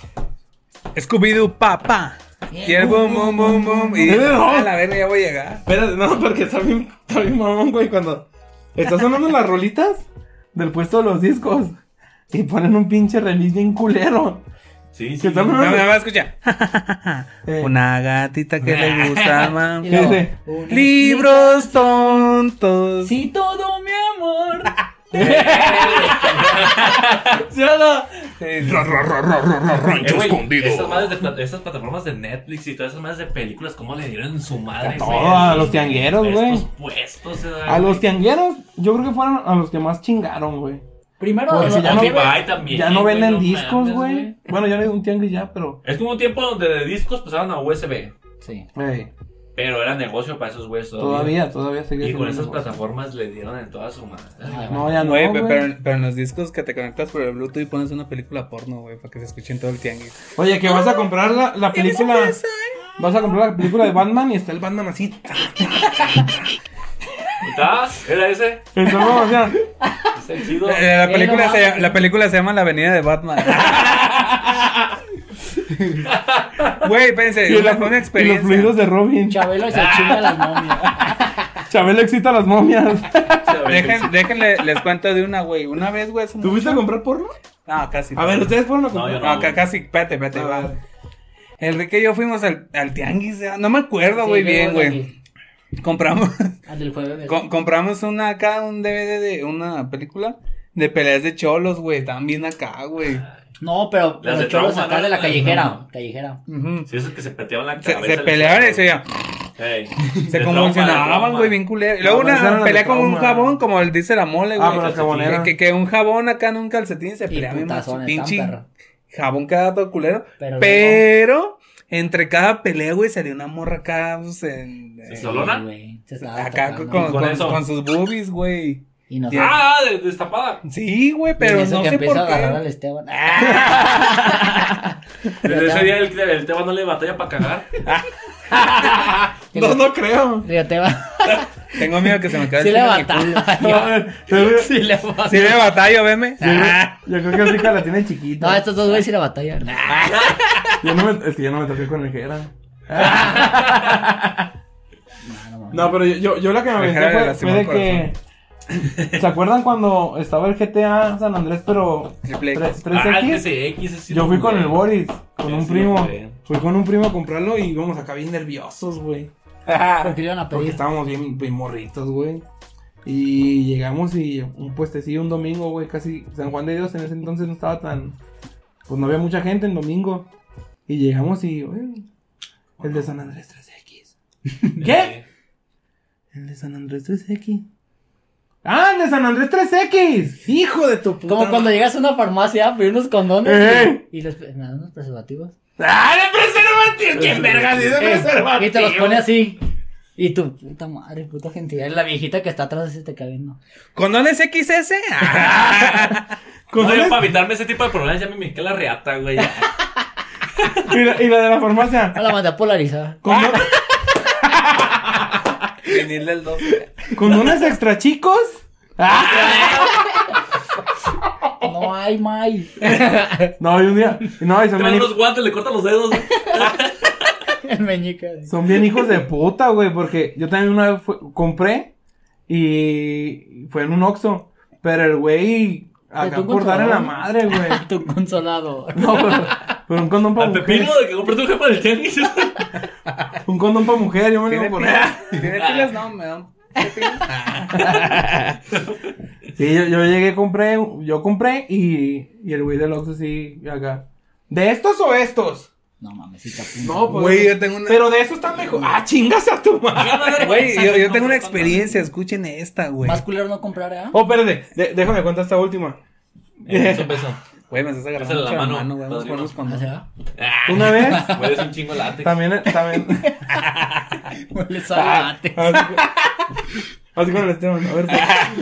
Speaker 3: Scooby-Doo, papá. Y el boom, boom, boom, boom. Y a la verga ya voy a llegar.
Speaker 6: Espérate, no, porque está bien, está bien mamón, güey, cuando está sonando las rolitas del puesto de los discos. Y ponen un pinche release bien culero.
Speaker 4: Sí,
Speaker 6: Que
Speaker 4: sí.
Speaker 6: están-
Speaker 3: No, nada más escucha.
Speaker 6: Eh,
Speaker 3: Una gatita que le gusta más.
Speaker 5: Y luego,
Speaker 6: Fíjate.
Speaker 5: una
Speaker 3: Libros tontos.
Speaker 5: chica- Si todo mi amor. Solo.
Speaker 4: Eh, güey, Esas, madres de pla- esas plataformas de Netflix y todas esas madres de películas, ¿cómo le dieron en su madre?
Speaker 6: todo,
Speaker 4: güey?
Speaker 6: a los tiangueros,
Speaker 4: Estos
Speaker 6: güey.
Speaker 4: puestos, eh,
Speaker 6: A los
Speaker 4: güey.
Speaker 6: tiangueros, yo creo que fueron a los que más chingaron, güey.
Speaker 5: Primero,
Speaker 6: Porque
Speaker 5: lo-
Speaker 6: pues, ya no,
Speaker 5: lo-
Speaker 4: Oye, bye, también,
Speaker 6: ya no
Speaker 4: güey,
Speaker 6: venden
Speaker 4: no
Speaker 6: discos,
Speaker 4: mames,
Speaker 6: güey.
Speaker 4: güey.
Speaker 6: Bueno, ya no hay un tianguis ya, pero.
Speaker 4: Es como un tiempo donde de discos pasaron a USB.
Speaker 5: Sí.
Speaker 6: eh,
Speaker 4: Pero era negocio para esos güeyes todavía.
Speaker 6: todavía, todavía sigue.
Speaker 4: Y con esas
Speaker 6: siendo negocio.
Speaker 4: plataformas le dieron en toda su madre.
Speaker 5: Ah,
Speaker 6: No, ya no.
Speaker 3: Güey,
Speaker 6: Güey,
Speaker 3: pe- pero, pero en los discos que te conectas por el Bluetooth y pones una película porno, güey, para que se escuche en todo el tianguis.
Speaker 6: Oye, que vas a comprar la, la película. Vas a comprar la película de Batman y está el Batman así.
Speaker 4: ¿Estás? ¿Era ese?
Speaker 6: Está el Batman así.
Speaker 4: ¿Ese chido?
Speaker 3: Eh, La,
Speaker 5: Eh,
Speaker 3: película
Speaker 5: no
Speaker 3: se,
Speaker 5: mames.
Speaker 3: llama- la película se llama La Avenida de Batman. Güey, pensé,
Speaker 6: Y,
Speaker 3: una,
Speaker 6: la-
Speaker 3: fue una
Speaker 6: y los
Speaker 3: experiencia.
Speaker 6: fluidos de Robin.
Speaker 5: Chabelo se chinga las momias.
Speaker 6: Chabelo excita a las momias.
Speaker 3: Dejen- déjenle, les cuento de una, güey. Una vez, güey. hace mucho-
Speaker 6: ¿Tuviste a comprar porno?
Speaker 3: No, casi.
Speaker 6: A ver, ustedes fueron a
Speaker 4: No, yo
Speaker 6: comprar. Ah,
Speaker 3: No,
Speaker 4: no.
Speaker 3: ca- casi, espérate, espérate.
Speaker 6: A
Speaker 3: va.
Speaker 6: ver.
Speaker 3: Enrique y yo fuimos al, al tianguis. ¿eh? No me acuerdo, güey,
Speaker 5: Sí,
Speaker 3: bien,
Speaker 5: luego de
Speaker 3: güey.
Speaker 5: aquí,
Speaker 3: Compramos,
Speaker 5: Al del jueves.
Speaker 3: co- compramos una acá, un DVD de una película de peleas de cholos, güey. Estaban bien acá, güey.
Speaker 5: No, pero,
Speaker 4: Las de
Speaker 5: pero cholo
Speaker 4: Trauma,
Speaker 5: sacar
Speaker 4: ¿no?
Speaker 5: de la
Speaker 4: Las de
Speaker 5: callejera.
Speaker 4: Trauma.
Speaker 5: Callejera.
Speaker 3: Ujú.
Speaker 4: Sí, esos que se peteaban la
Speaker 3: Se,
Speaker 4: cabeza.
Speaker 3: se
Speaker 4: del
Speaker 3: peleaban y
Speaker 4: cerebro.
Speaker 3: se iban.
Speaker 4: Ey.
Speaker 3: Se
Speaker 4: De trompa, de
Speaker 3: convulsionaban,
Speaker 4: trompa.
Speaker 3: güey, bien culero. Y Luego
Speaker 6: No, esas eran
Speaker 3: una
Speaker 6: las
Speaker 3: pelea
Speaker 6: de
Speaker 3: con un
Speaker 6: trauma.
Speaker 3: jabón, como el dice la mole, güey.
Speaker 6: Ah, pero la
Speaker 3: que,
Speaker 6: jabonera.
Speaker 3: que, que un jabón acá en un calcetín se
Speaker 5: Y
Speaker 3: pelea bien macho,
Speaker 5: putazones, tan
Speaker 3: pinche
Speaker 5: perro.
Speaker 3: jabón cada todo culero. Pero,
Speaker 5: Pero
Speaker 3: entre cada pelea, güey, salió una morra acá, pues, en,
Speaker 4: Sí,
Speaker 3: en-
Speaker 4: solo- ¿Solona?
Speaker 5: Sí, Ah, güey, se estaba
Speaker 3: acá con,
Speaker 5: tocando.
Speaker 3: con,
Speaker 4: Con
Speaker 3: con-
Speaker 4: eso.
Speaker 3: con sus boobies, güey.
Speaker 5: Y nos
Speaker 4: Ah, de- destapada.
Speaker 3: Sí, güey,
Speaker 5: Y en
Speaker 3: pero
Speaker 5: eso
Speaker 3: no
Speaker 5: que
Speaker 3: sé
Speaker 5: empieza
Speaker 3: por
Speaker 5: a agarrar
Speaker 3: qué.
Speaker 5: al Esteban.
Speaker 4: Desde ese día el, el tema no le batalla para cagar.
Speaker 6: No, no creo.
Speaker 5: Riateba.
Speaker 3: Tengo miedo que se me caiga
Speaker 5: Sí
Speaker 3: el
Speaker 5: le
Speaker 3: chile en el culo.
Speaker 5: batalla. Sí le batalla.
Speaker 3: Sí le batallo, veme. Ah,
Speaker 6: Yo creo que Rica la tiene chiquita.
Speaker 5: No, estos dos güeyes sí le batallan.
Speaker 3: Ah.
Speaker 6: Yo no me- es que yo no me toqué con ligera. No, pero yo, yo, yo la que me aventé
Speaker 3: Ligera le
Speaker 6: fue,
Speaker 3: lastimó
Speaker 6: fue de
Speaker 3: el
Speaker 6: que. ¿Se acuerdan cuando estaba el GTA San Andrés, pero.
Speaker 3: Triple X.
Speaker 6: 3,
Speaker 4: Ah, el
Speaker 6: x
Speaker 4: TCX, ese sí
Speaker 6: Yo
Speaker 4: lo
Speaker 6: fui con
Speaker 4: jugué.
Speaker 6: el Boris, con
Speaker 4: Sí,
Speaker 6: un
Speaker 4: sí,
Speaker 6: primo.
Speaker 4: güey.
Speaker 6: Fui con un primo a comprarlo y íbamos acá bien nerviosos, güey.
Speaker 5: Porque le iban a
Speaker 6: Porque
Speaker 5: pedir.
Speaker 6: estábamos bien, bien morritos, güey. Y llegamos y un puestecillo un domingo, güey, casi San Juan de Dios en ese entonces no estaba tan... Pues no había mucha gente en domingo. Y llegamos y, güey, el de San Andrés 3X.
Speaker 4: Eh.
Speaker 6: ¿Qué? El de San Andrés 3X. ¡Ah, el de San Andrés 3X! ¡Hijo de tu puta!
Speaker 5: Como cuando
Speaker 6: madre!
Speaker 5: llegas a una farmacia a pedir unos condones
Speaker 6: Eh.
Speaker 5: y, y les me dan unos preservativos.
Speaker 6: ¡Ah, de preservativo! ¡Qué verga! ¡Sí, de
Speaker 5: Eh,
Speaker 6: preservativo!
Speaker 5: y te los pone así. Y tu puta madre, puta gente. La viejita que está atrás se te cae viendo.
Speaker 3: ¿Condones XS? Ah,
Speaker 6: Con
Speaker 4: No, yo
Speaker 6: dones-
Speaker 4: para evitarme ese tipo de problemas ya me metí la reata, güey.
Speaker 6: y, la, y la de la farmacia.
Speaker 5: No la mandé a polarizar.
Speaker 6: Con don-
Speaker 3: Ah. Vinil del 2.
Speaker 6: con dones extra chicos. Ah.
Speaker 5: No hay mai.
Speaker 6: No, y un día. No, y son
Speaker 4: Trae
Speaker 6: bien,
Speaker 4: unos guantes, le cortan los dedos.
Speaker 5: El meñique. así.
Speaker 6: son bien hijos de puta, güey. Porque yo también una vez fue- compré y fue en un Oxxo. Pero el güey
Speaker 5: Pero tú
Speaker 6: acá
Speaker 5: un
Speaker 6: por darle la
Speaker 5: consolador.
Speaker 6: madre, güey.
Speaker 5: Tu consolado.
Speaker 6: No, pero, pero un condón para
Speaker 4: Al
Speaker 6: mujer.
Speaker 4: pepino de que compré tu jefa del tenis.
Speaker 6: Un condón para mujer, yo me lo iba
Speaker 3: ¿Tiene
Speaker 6: a poner.
Speaker 3: pilas? ¿Tiene pilas? No, me da un-
Speaker 6: Sí, yo, yo llegué, compré, yo compré y, y el güey del Oxxo sí, acá. ¿De estos o estos?
Speaker 5: No mames, sí está
Speaker 6: No, pues.
Speaker 3: Güey, yo tengo una.
Speaker 6: Pero de estos están mejor. Ah, chingas a tu madre.
Speaker 3: Güey, yo, yo tengo una experiencia, escuchen esta, güey.
Speaker 5: Más culero no comprar, ¿eh?
Speaker 6: Oh, espérate, de- déjame contar esta última.
Speaker 4: Es un beso.
Speaker 3: Güey, me estás agarrando
Speaker 4: Pásale la
Speaker 3: mucho la mano,
Speaker 4: mano,
Speaker 3: güey. Vamos a ponernos
Speaker 4: padrino.
Speaker 5: O
Speaker 3: condones.
Speaker 5: sea,
Speaker 6: Una vez,
Speaker 4: Güey, es un chingo látex.
Speaker 6: también, eh, también.
Speaker 5: huele salate.
Speaker 6: Así, así con el Esteban, a ver.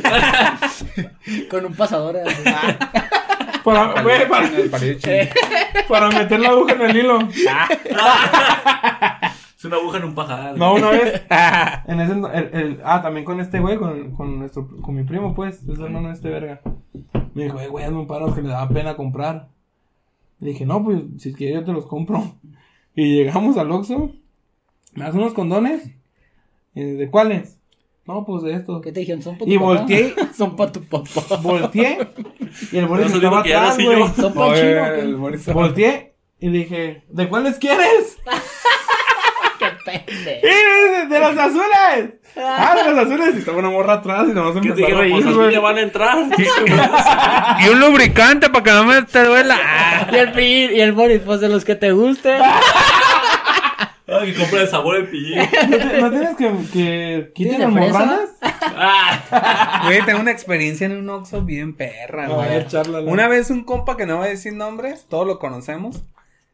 Speaker 6: pues.
Speaker 5: Con un pasador. así.
Speaker 3: Ah,
Speaker 6: Para, güey, para,
Speaker 3: Chino, el palillo chino.
Speaker 6: para meter la aguja en el hilo.
Speaker 4: Es una aguja en un pajar.
Speaker 6: No, una vez. En ese, el- el- ah, también con este güey, con, con, nuestro, con mi primo, pues. Es hermano de este verga. Me dijo, "Eh, güey, hazme un paro que me daba pena comprar. Le dije, no, pues si quieres yo te los compro. Y llegamos al Oxxo. Me das unos condones. Y, ¿De cuáles? No, pues de estos.
Speaker 5: ¿Qué te dijeron? Son pa' tu
Speaker 6: Y
Speaker 5: papá?
Speaker 6: volteé.
Speaker 5: Son pa' tu papá.
Speaker 6: Volteé. Y el Boris
Speaker 4: Eso digo
Speaker 6: estaba
Speaker 4: que ahora
Speaker 6: atrás,
Speaker 4: sí
Speaker 6: güey.
Speaker 4: yo.
Speaker 5: Son pa'
Speaker 3: Oye,
Speaker 5: chino.
Speaker 3: el
Speaker 5: ¿qué?
Speaker 3: Boris-
Speaker 6: Volteé y dije, ¿de cuáles quieres?
Speaker 5: Qué pendejo.
Speaker 6: ¡Y de, de los azules! ¡Ah, de los azules! Y estaba una morra atrás y nomás
Speaker 4: ¿Qué
Speaker 6: empezó
Speaker 4: te
Speaker 6: a
Speaker 4: dijeron? Pues
Speaker 6: reír,
Speaker 4: así
Speaker 6: güey.
Speaker 4: ya van a entrar.
Speaker 3: Y un lubricante para que no me te duela. Ah.
Speaker 5: Y el, Pi- y el Boris, pues de los que te gusten.
Speaker 4: Ay, que compra el sabor del pillín.
Speaker 6: ¿No, te- no tienes que, que
Speaker 5: ¿Tienes
Speaker 6: quiten
Speaker 5: de
Speaker 6: las
Speaker 5: fresa?
Speaker 6: morranas?
Speaker 4: Ah,
Speaker 3: Güey, tengo una experiencia en un Oxxo bien perra,
Speaker 6: A ver,
Speaker 3: güey.
Speaker 6: chárlala.
Speaker 3: Una vez un compa que no va a decir nombres, todos lo conocemos.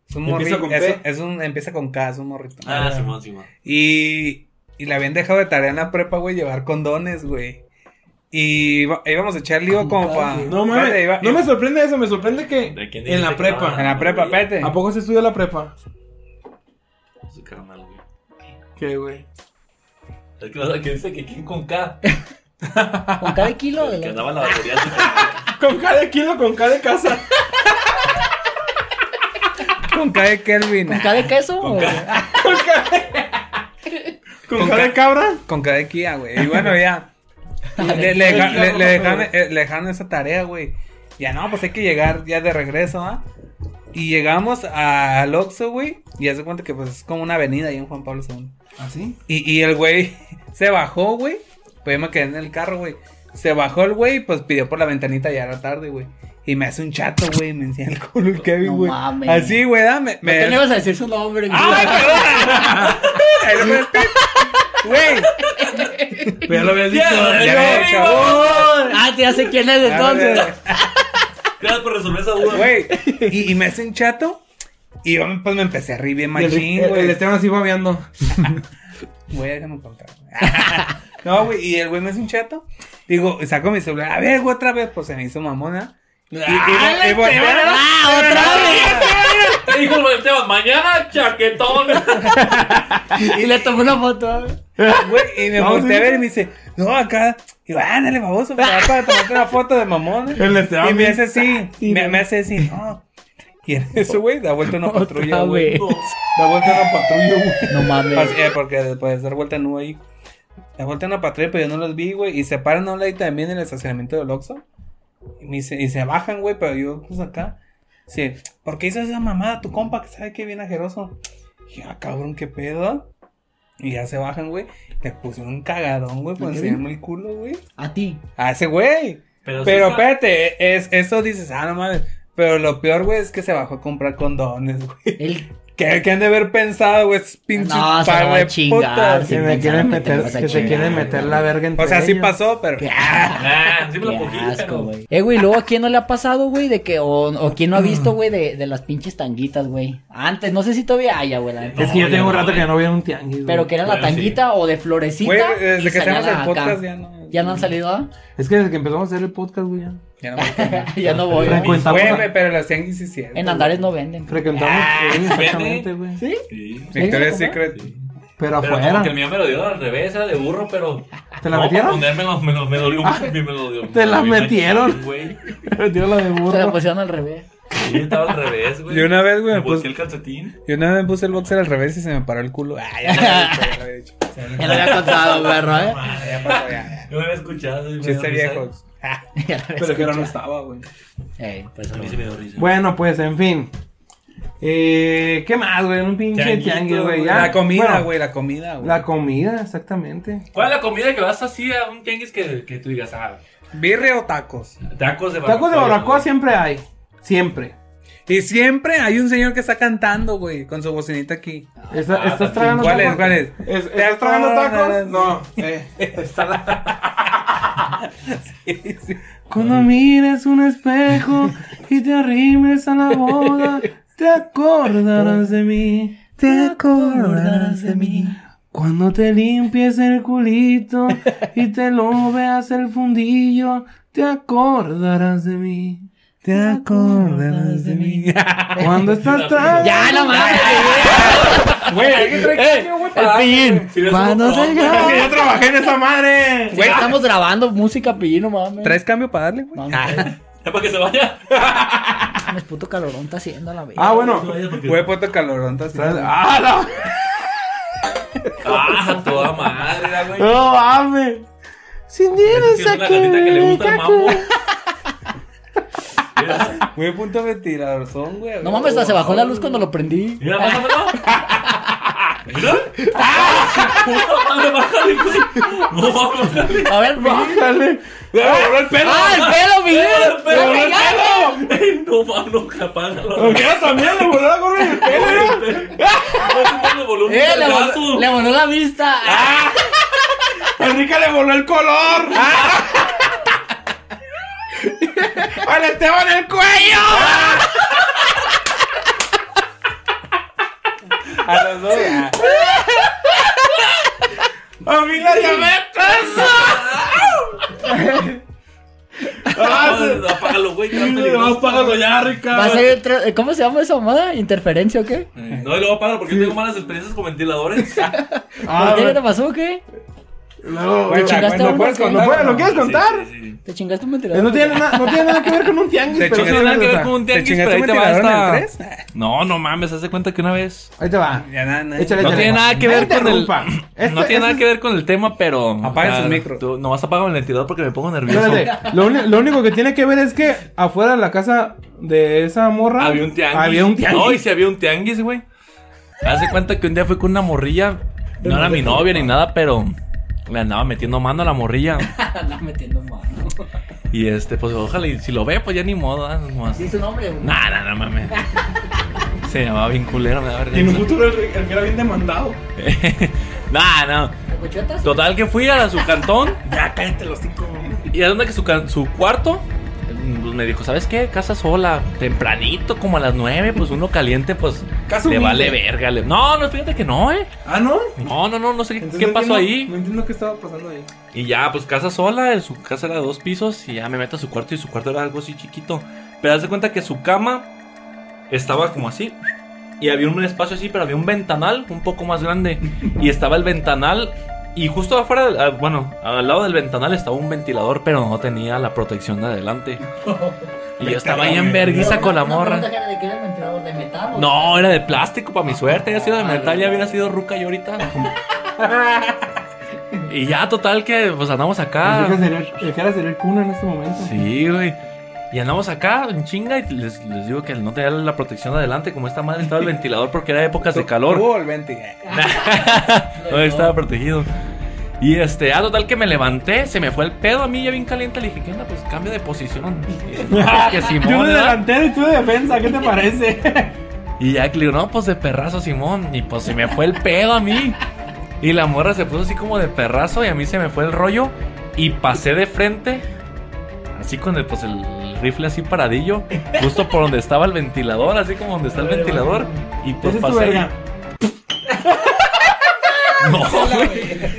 Speaker 3: Es un
Speaker 6: Empieza
Speaker 3: morrito.
Speaker 6: con
Speaker 3: Es,
Speaker 6: P.
Speaker 3: es un, empieza con K, es un morrito.
Speaker 4: ah Simón, Simón.
Speaker 3: Y, y le habían dejado de tarea en la prepa, güey, llevar condones, güey. Y iba- íbamos a echar lío como
Speaker 5: Con
Speaker 3: para.
Speaker 5: K,
Speaker 6: No mames,
Speaker 3: Espérate, iba-
Speaker 6: no me sorprende eso, me sorprende que
Speaker 4: ¿De quién dijiste
Speaker 6: en la
Speaker 4: que Ah,
Speaker 6: prepa.
Speaker 4: estaban?
Speaker 3: En la prepa, espérate.
Speaker 6: ¿A poco se estudia la prepa?
Speaker 4: Su carnal, güey.
Speaker 6: ¿Qué, güey?
Speaker 4: Es que, la que dice que quién con K.
Speaker 5: Con cada kilo de
Speaker 4: Que
Speaker 5: la-
Speaker 4: andaba en la batería. así que-
Speaker 6: Con cada kilo, con cada casa.
Speaker 3: Con K de Kelvin.
Speaker 5: ¿Con cada queso? o-
Speaker 6: Con,
Speaker 3: Con
Speaker 6: cada
Speaker 3: ca-
Speaker 6: cabra.
Speaker 3: Con K de Kia, güey. Y bueno, ya. Le, le deja- le- le dejaron, eh, le dejaron esa tarea, güey. Ya no, pues hay que llegar ya de regreso, ¿ah? Y llegamos a- al Oxxo, güey. Y hace cuenta que pues es como una avenida ahí en Juan Pablo II.
Speaker 6: ¿Así?
Speaker 3: Y, y el güey se bajó, güey. Pues yo me quedé en el carro, güey. Se bajó el güey, pues pidió por la ventanita ya era tarde, güey. Y me hace un chato, güey. Me enseña el culo el Kevin,
Speaker 5: No
Speaker 3: güey.
Speaker 5: mames.
Speaker 3: Así, güey, dame.
Speaker 5: ¿Por
Speaker 3: me-
Speaker 5: qué no ibas a decir su nombre?
Speaker 3: ¡Ay, perdón! Ahí lo ves, pip. Güey.
Speaker 6: Pero ya lo habías dicho.
Speaker 4: Ya,
Speaker 3: Ya me
Speaker 4: ya, ya.
Speaker 3: acabó.
Speaker 5: Ah, ya sé quién es entonces.
Speaker 4: Gracias por resolver esa duda.
Speaker 3: Güey. Y, y me hace un chato. Y yo pues me empecé a reír bien
Speaker 6: Y el-
Speaker 3: machín,
Speaker 6: el, el este-
Speaker 3: güey.
Speaker 6: Esteban así babeando.
Speaker 3: Güey, déjame contar. No, güey, y el güey me hace un chato. Digo, saco mi celular. A ver, güey, otra vez, pues se me hizo mamona. Y, y, y, y volteo.
Speaker 5: ¡Ah, otra vez!
Speaker 4: ¿Qué dijo el Esteban? Mañana, chaquetón.
Speaker 5: Y le tomé una foto.
Speaker 3: Güey, y me
Speaker 6: No,
Speaker 3: volteé a
Speaker 6: sí.
Speaker 3: ver y me dice, no, acá. Y yo, ándale, baboso, me vas para tomarte una foto de mamón.
Speaker 6: El Esteban
Speaker 3: Y me
Speaker 6: bien
Speaker 3: hace así, me, me hace así, no. Y en eso, güey, da vuelta una patrulla,
Speaker 5: Otra
Speaker 3: güey.
Speaker 5: vez.
Speaker 6: Da vuelta a la patrulla, güey.
Speaker 5: No mames.
Speaker 3: Así, eh, porque después de dar vuelta no ahí. Da vuelta una patrulla, pero yo no los vi, güey. Y se paran a un lado también en el estacionamiento del Oxxo. Y, me dice- y se bajan, güey, pero yo, pues acá. Sí, ¿por qué hizo esa mamada tu compa que sabe que bien ajeroso? Y yo, ah, cabrón, qué pedo. Y ya se bajan, güey. Le pusieron un cagadón, güey, por
Speaker 5: ¿A qué
Speaker 3: enseñarme el culo, güey.
Speaker 5: A ti.
Speaker 3: A ese güey.
Speaker 4: Pero, sí
Speaker 3: Pero
Speaker 4: está-
Speaker 3: espérate, es, eso dices, ah, no mames. Pero lo peor, güey, es que se bajó a comprar condones, güey.
Speaker 5: Él.
Speaker 3: ¿Qué, qué han de haber pensado, güey? Esos pinches
Speaker 5: No, se
Speaker 3: par
Speaker 5: lo va a
Speaker 3: de
Speaker 5: chingar,
Speaker 3: putas.
Speaker 5: sí.
Speaker 2: Que
Speaker 5: Pensaron
Speaker 2: me quieren
Speaker 5: que te
Speaker 2: meter,
Speaker 5: ibas a
Speaker 2: que se quieren
Speaker 5: chingar,
Speaker 2: meter
Speaker 5: güey.
Speaker 2: la verga entre
Speaker 3: O sea, sí
Speaker 2: ellos.
Speaker 3: pasó, pero.
Speaker 4: Ah, sí me
Speaker 5: Qué
Speaker 4: lo cogí.
Speaker 5: asco,
Speaker 4: pero-
Speaker 5: güey. Eh, güey, luego, ¿a quién no le ha pasado, güey? De que, o, o quién no ha visto, güey, de, de las pinches tanguitas, güey. Antes, no sé si todavía hay, güey. la neta.
Speaker 6: Es que yo tengo un rato que no voy a un tianguis.
Speaker 5: Pero que era la
Speaker 4: Bueno, sí.
Speaker 5: tanguita o de florecita.
Speaker 3: Güey,
Speaker 5: y
Speaker 3: desde que
Speaker 5: salía
Speaker 3: hacemos el
Speaker 5: la
Speaker 3: podcast
Speaker 5: acá.
Speaker 3: ya no.
Speaker 5: ¿Ya no han salido, ah?
Speaker 6: Es que desde que empezamos a hacer el podcast, güey, ya.
Speaker 3: Ya no me acuerdo.
Speaker 5: ya no voy.
Speaker 6: Recuerdo. Frecuentamos
Speaker 3: Güey,
Speaker 6: a-
Speaker 3: güey, pero las tianguis sí cierto.
Speaker 5: En Andares no venden.
Speaker 6: Frecuentamos. sí,
Speaker 4: vende.
Speaker 6: exactamente, güey.
Speaker 5: ¿Sí?
Speaker 4: Sí.
Speaker 3: Victoria's
Speaker 5: ¿Sí?
Speaker 3: Secret.
Speaker 6: Pero
Speaker 4: Pero
Speaker 6: afuera.
Speaker 4: como que el mío me lo dieron al revés, era de burro, pero.
Speaker 6: ¿Te la
Speaker 4: No, para
Speaker 6: metieron? Ah,
Speaker 4: ponérmelo, me, lo- me dolió un- me lo dio-
Speaker 6: Te la
Speaker 4: me dio
Speaker 6: metieron.
Speaker 4: machín, güey.
Speaker 6: Dios la de
Speaker 5: Se la
Speaker 6: burro.
Speaker 5: pusieron al revés.
Speaker 4: Sí, estaba al revés, güey.
Speaker 3: Yo una vez, güey, pues- me
Speaker 4: Me busqué
Speaker 3: puse,
Speaker 4: el calcetín.
Speaker 3: yo una vez me puse el boxer al revés y se me paró el culo. Ah, ya lo había dicho, ya lo había dicho. Ya
Speaker 5: Ya lo había contado, perro, ¿eh?
Speaker 3: Ah, ya pasó, ya.
Speaker 4: Yo me había escuchado. y me
Speaker 3: ya.
Speaker 4: dio
Speaker 3: Chiste
Speaker 4: risa.
Speaker 3: viejo. Ah,
Speaker 5: Ya lo había
Speaker 6: pues Pero que ahora no
Speaker 5: escuchado.
Speaker 6: estaba, güey.
Speaker 5: Ey, pues,
Speaker 4: A mí sí me dio risa.
Speaker 6: Bueno, pues, en fin. Eh, ¿Qué más, güey? Un pinche
Speaker 4: Tianguito,
Speaker 6: tianguis, güey. ya.
Speaker 3: La comida,
Speaker 6: Bueno,
Speaker 3: güey, la comida, güey.
Speaker 6: La comida, exactamente.
Speaker 4: ¿Cuál es la comida que vas así a un tianguis que, que tú digas, ah,
Speaker 3: Birria o tacos.
Speaker 4: tacos de barbacoa?
Speaker 6: Tacos de barbacoa
Speaker 4: güey?
Speaker 6: siempre hay. Siempre.
Speaker 3: Y siempre hay un señor que está cantando, güey, con su bocinita aquí.
Speaker 6: Esta-
Speaker 4: Ah, también.
Speaker 6: ¿Estás tragando
Speaker 3: ¿Cuál es?
Speaker 6: tacos?
Speaker 3: ¿Cuál es?
Speaker 6: ¿Es- ¿Estás tragando tacos? No. eh, Cuando mires un espejo y te arrimes a la boda, te acordarás de mí. Te acordarás de mí. Cuando te limpies el culito y te lo veas el fundillo, te acordarás de mí.
Speaker 3: Te acordarás de mí.
Speaker 6: Cuando estás tragando.
Speaker 5: Ya, no mames.
Speaker 3: Güey, hay que traer
Speaker 5: Eh,
Speaker 3: cambio, güey, para-
Speaker 5: El pillín.
Speaker 4: Sí, ves
Speaker 5: Cuando
Speaker 4: un
Speaker 5: se
Speaker 4: montón,
Speaker 5: graba-
Speaker 6: Yo trabajé en esa madre.
Speaker 5: Güey, estamos grabando música, pillín, no mames.
Speaker 3: ¿Traes cambio para darle, güey?
Speaker 5: No
Speaker 3: Ah,
Speaker 5: mames.
Speaker 4: Ya para que se vaya.
Speaker 5: mames, puto calorón está haciendo a la vez.
Speaker 6: Ah, bueno.
Speaker 3: Güey, puto calorón, estás
Speaker 6: Traes- Ah, la-
Speaker 4: Ah, toda madre, güey.
Speaker 6: No mames. Si
Speaker 4: Es
Speaker 6: tienes
Speaker 4: una
Speaker 6: aquí.
Speaker 4: gatita que le gusta el mambo.
Speaker 6: Ah.
Speaker 4: Mira,
Speaker 3: Güey, punto ventilador son, güey.
Speaker 5: No mames, hasta se bajó la luz cuando lo prendí.
Speaker 4: mira, pásamelo. Mira. Ah, su puta madre, bájale, güey. No, bájale.
Speaker 5: A ver, pillín.
Speaker 6: Dale. Dale, el pelo.
Speaker 5: ¡Ah, el pelo, pillín!
Speaker 4: Pero,
Speaker 5: ¡Ya
Speaker 4: pero,
Speaker 5: cagaste!
Speaker 4: Ey, No, mano, apágalo.
Speaker 6: Lo quiero también, le voló la gorra en el pelo. ¿no?
Speaker 5: ¡Eh, le voló- le voló la vista! Ah,
Speaker 6: Enrique le voló el color.
Speaker 3: Ah.
Speaker 6: ¡Al Esteban el cuello!
Speaker 3: Ah. A los dos. ah.
Speaker 6: ¡A mí la diabetes!
Speaker 3: Ah,
Speaker 4: Apágalo, apágalo, güey. que era peligroso.
Speaker 6: ya, Rica.
Speaker 5: Va a ser entre- ¿Cómo se llama esa mamada? ¿Interferencia o qué?
Speaker 4: Eh, No, y luego apágalo porque yo tengo malas experiencias con ventiladores.
Speaker 5: ¿Por qué ¿Qué te pasó o qué?
Speaker 6: No,
Speaker 3: Güey,
Speaker 6: güey,
Speaker 5: ¿Te chingaste
Speaker 3: ¿no
Speaker 5: a uno
Speaker 3: puedes
Speaker 5: o qué?
Speaker 3: contar?
Speaker 6: ¿lo puedes- ¿Lo quieres contar?
Speaker 4: Sí, sí, sí.
Speaker 5: ¿Te chingaste un
Speaker 6: Eh,
Speaker 5: ventilador?
Speaker 6: No tiene, nada, no tiene nada que ver con un tianguis,
Speaker 3: Te
Speaker 6: pero
Speaker 3: chingaste
Speaker 6: sí
Speaker 4: nada que ver
Speaker 6: anécdota.
Speaker 4: con un
Speaker 3: ¿Te
Speaker 4: tianguis,
Speaker 3: chingaste
Speaker 4: pero ahí
Speaker 3: un
Speaker 4: te va
Speaker 3: ventilador en el
Speaker 4: esta.
Speaker 3: 3?
Speaker 4: No, no mames, haz de cuenta que una vez.
Speaker 6: Ahí te va.
Speaker 3: Ya nada, nada.
Speaker 6: Échale,
Speaker 4: No
Speaker 6: échale.
Speaker 4: tiene nada que
Speaker 6: No
Speaker 4: ver con el.
Speaker 6: interrumpa. Este-
Speaker 4: no
Speaker 6: este
Speaker 4: tiene nada
Speaker 6: es-
Speaker 4: que ver con el tema, pero.
Speaker 3: Apaguen
Speaker 4: Ah,
Speaker 3: sus micros.
Speaker 4: Tú, nomás apaga el ventilador porque me pongo nervioso.
Speaker 6: Espérate, lo, uni- lo único que tiene que ver es que afuera de la casa de esa morra
Speaker 4: Había un tianguis.
Speaker 6: Había un tianguis.
Speaker 4: No, y si había un tianguis, güey. Haz de cuenta que un día fui con una morrilla. No era mi novia ni nada, pero. Le andaba metiendo mano a la morrilla.
Speaker 5: Andaba metiendo mano.
Speaker 4: Y este, pues ojalá, y si lo ve, pues ya ni modo. ¿eh? Nomás.
Speaker 5: Sí, su nombre. güey.
Speaker 4: Nah, nah, no mames. Se llamaba bien culero, me da
Speaker 6: Y en un
Speaker 4: vergüenza.
Speaker 6: futuro el, el que era bien demandado.
Speaker 4: nah, no.
Speaker 5: ¿Te cochotas?
Speaker 4: Total que fui a su cantón. Ya cállate los Y a donde que su, can- su cuarto mm, pues me dijo, ¿sabes qué? Casa sola, tempranito, como a las nueve, pues uno caliente, pues
Speaker 6: Casa
Speaker 4: le
Speaker 6: humilde.
Speaker 4: vale verga. le- No, no, fíjate que no, eh.
Speaker 6: Ah, ¿no?
Speaker 4: No, no, no, no sé qué,
Speaker 6: Entonces
Speaker 4: qué
Speaker 6: no
Speaker 4: pasó
Speaker 6: entiendo-
Speaker 4: ahí.
Speaker 6: No entiendo qué estaba pasando ahí.
Speaker 4: Y ya, pues casa sola, en su casa era de dos pisos y ya me meto a su cuarto y su cuarto era algo así chiquito. Pero haz de cuenta que su cama estaba como así. Y había un espacio así, pero había un ventanal un poco más grande. Y estaba el ventanal. Y justo afuera, del- ah, bueno, al lado del ventanal estaba un ventilador, pero no tenía la protección de adelante. Y yo estaba ahí en verguiza con la morra.
Speaker 5: ¿De qué era el ventilador? ¿De metal? o-
Speaker 4: No, era de plástico, para mi suerte. Había sido de metal, ya hubiera sido ruca yo ahorita. Y ya, total, que pues andamos acá.
Speaker 6: El que sería el- el que era sería el cuna en este momento.
Speaker 4: Sí, güey. Y andamos acá en chinga y les, les digo que no tenía la protección adelante, como esta madre estaba el ventilador porque era épocas de calor.
Speaker 3: Tuvo el 20.
Speaker 4: No estaba protegido. Y este, ah, total que me levanté, se me fue el pedo a mí ya bien caliente, le dije, "¿Qué onda? Pues cambio de posición." Y, "Ah, que Simón,
Speaker 6: Yo de
Speaker 4: ¿verdad?"
Speaker 6: delantero y tú de defensa, ¿qué te parece?
Speaker 4: Y ya que le digo, no, pues de perrazo, Simón. Y pues se me fue el pedo a mí. Y la morra se puso así como de perrazo y a mí se me fue el rollo. Y pasé de frente, así con el, pues, el rifle así paradillo, justo por donde estaba el ventilador, así como donde está el ventilador. Y pues
Speaker 6: Esa es tu
Speaker 4: pasé.
Speaker 6: verga.
Speaker 4: No, güey.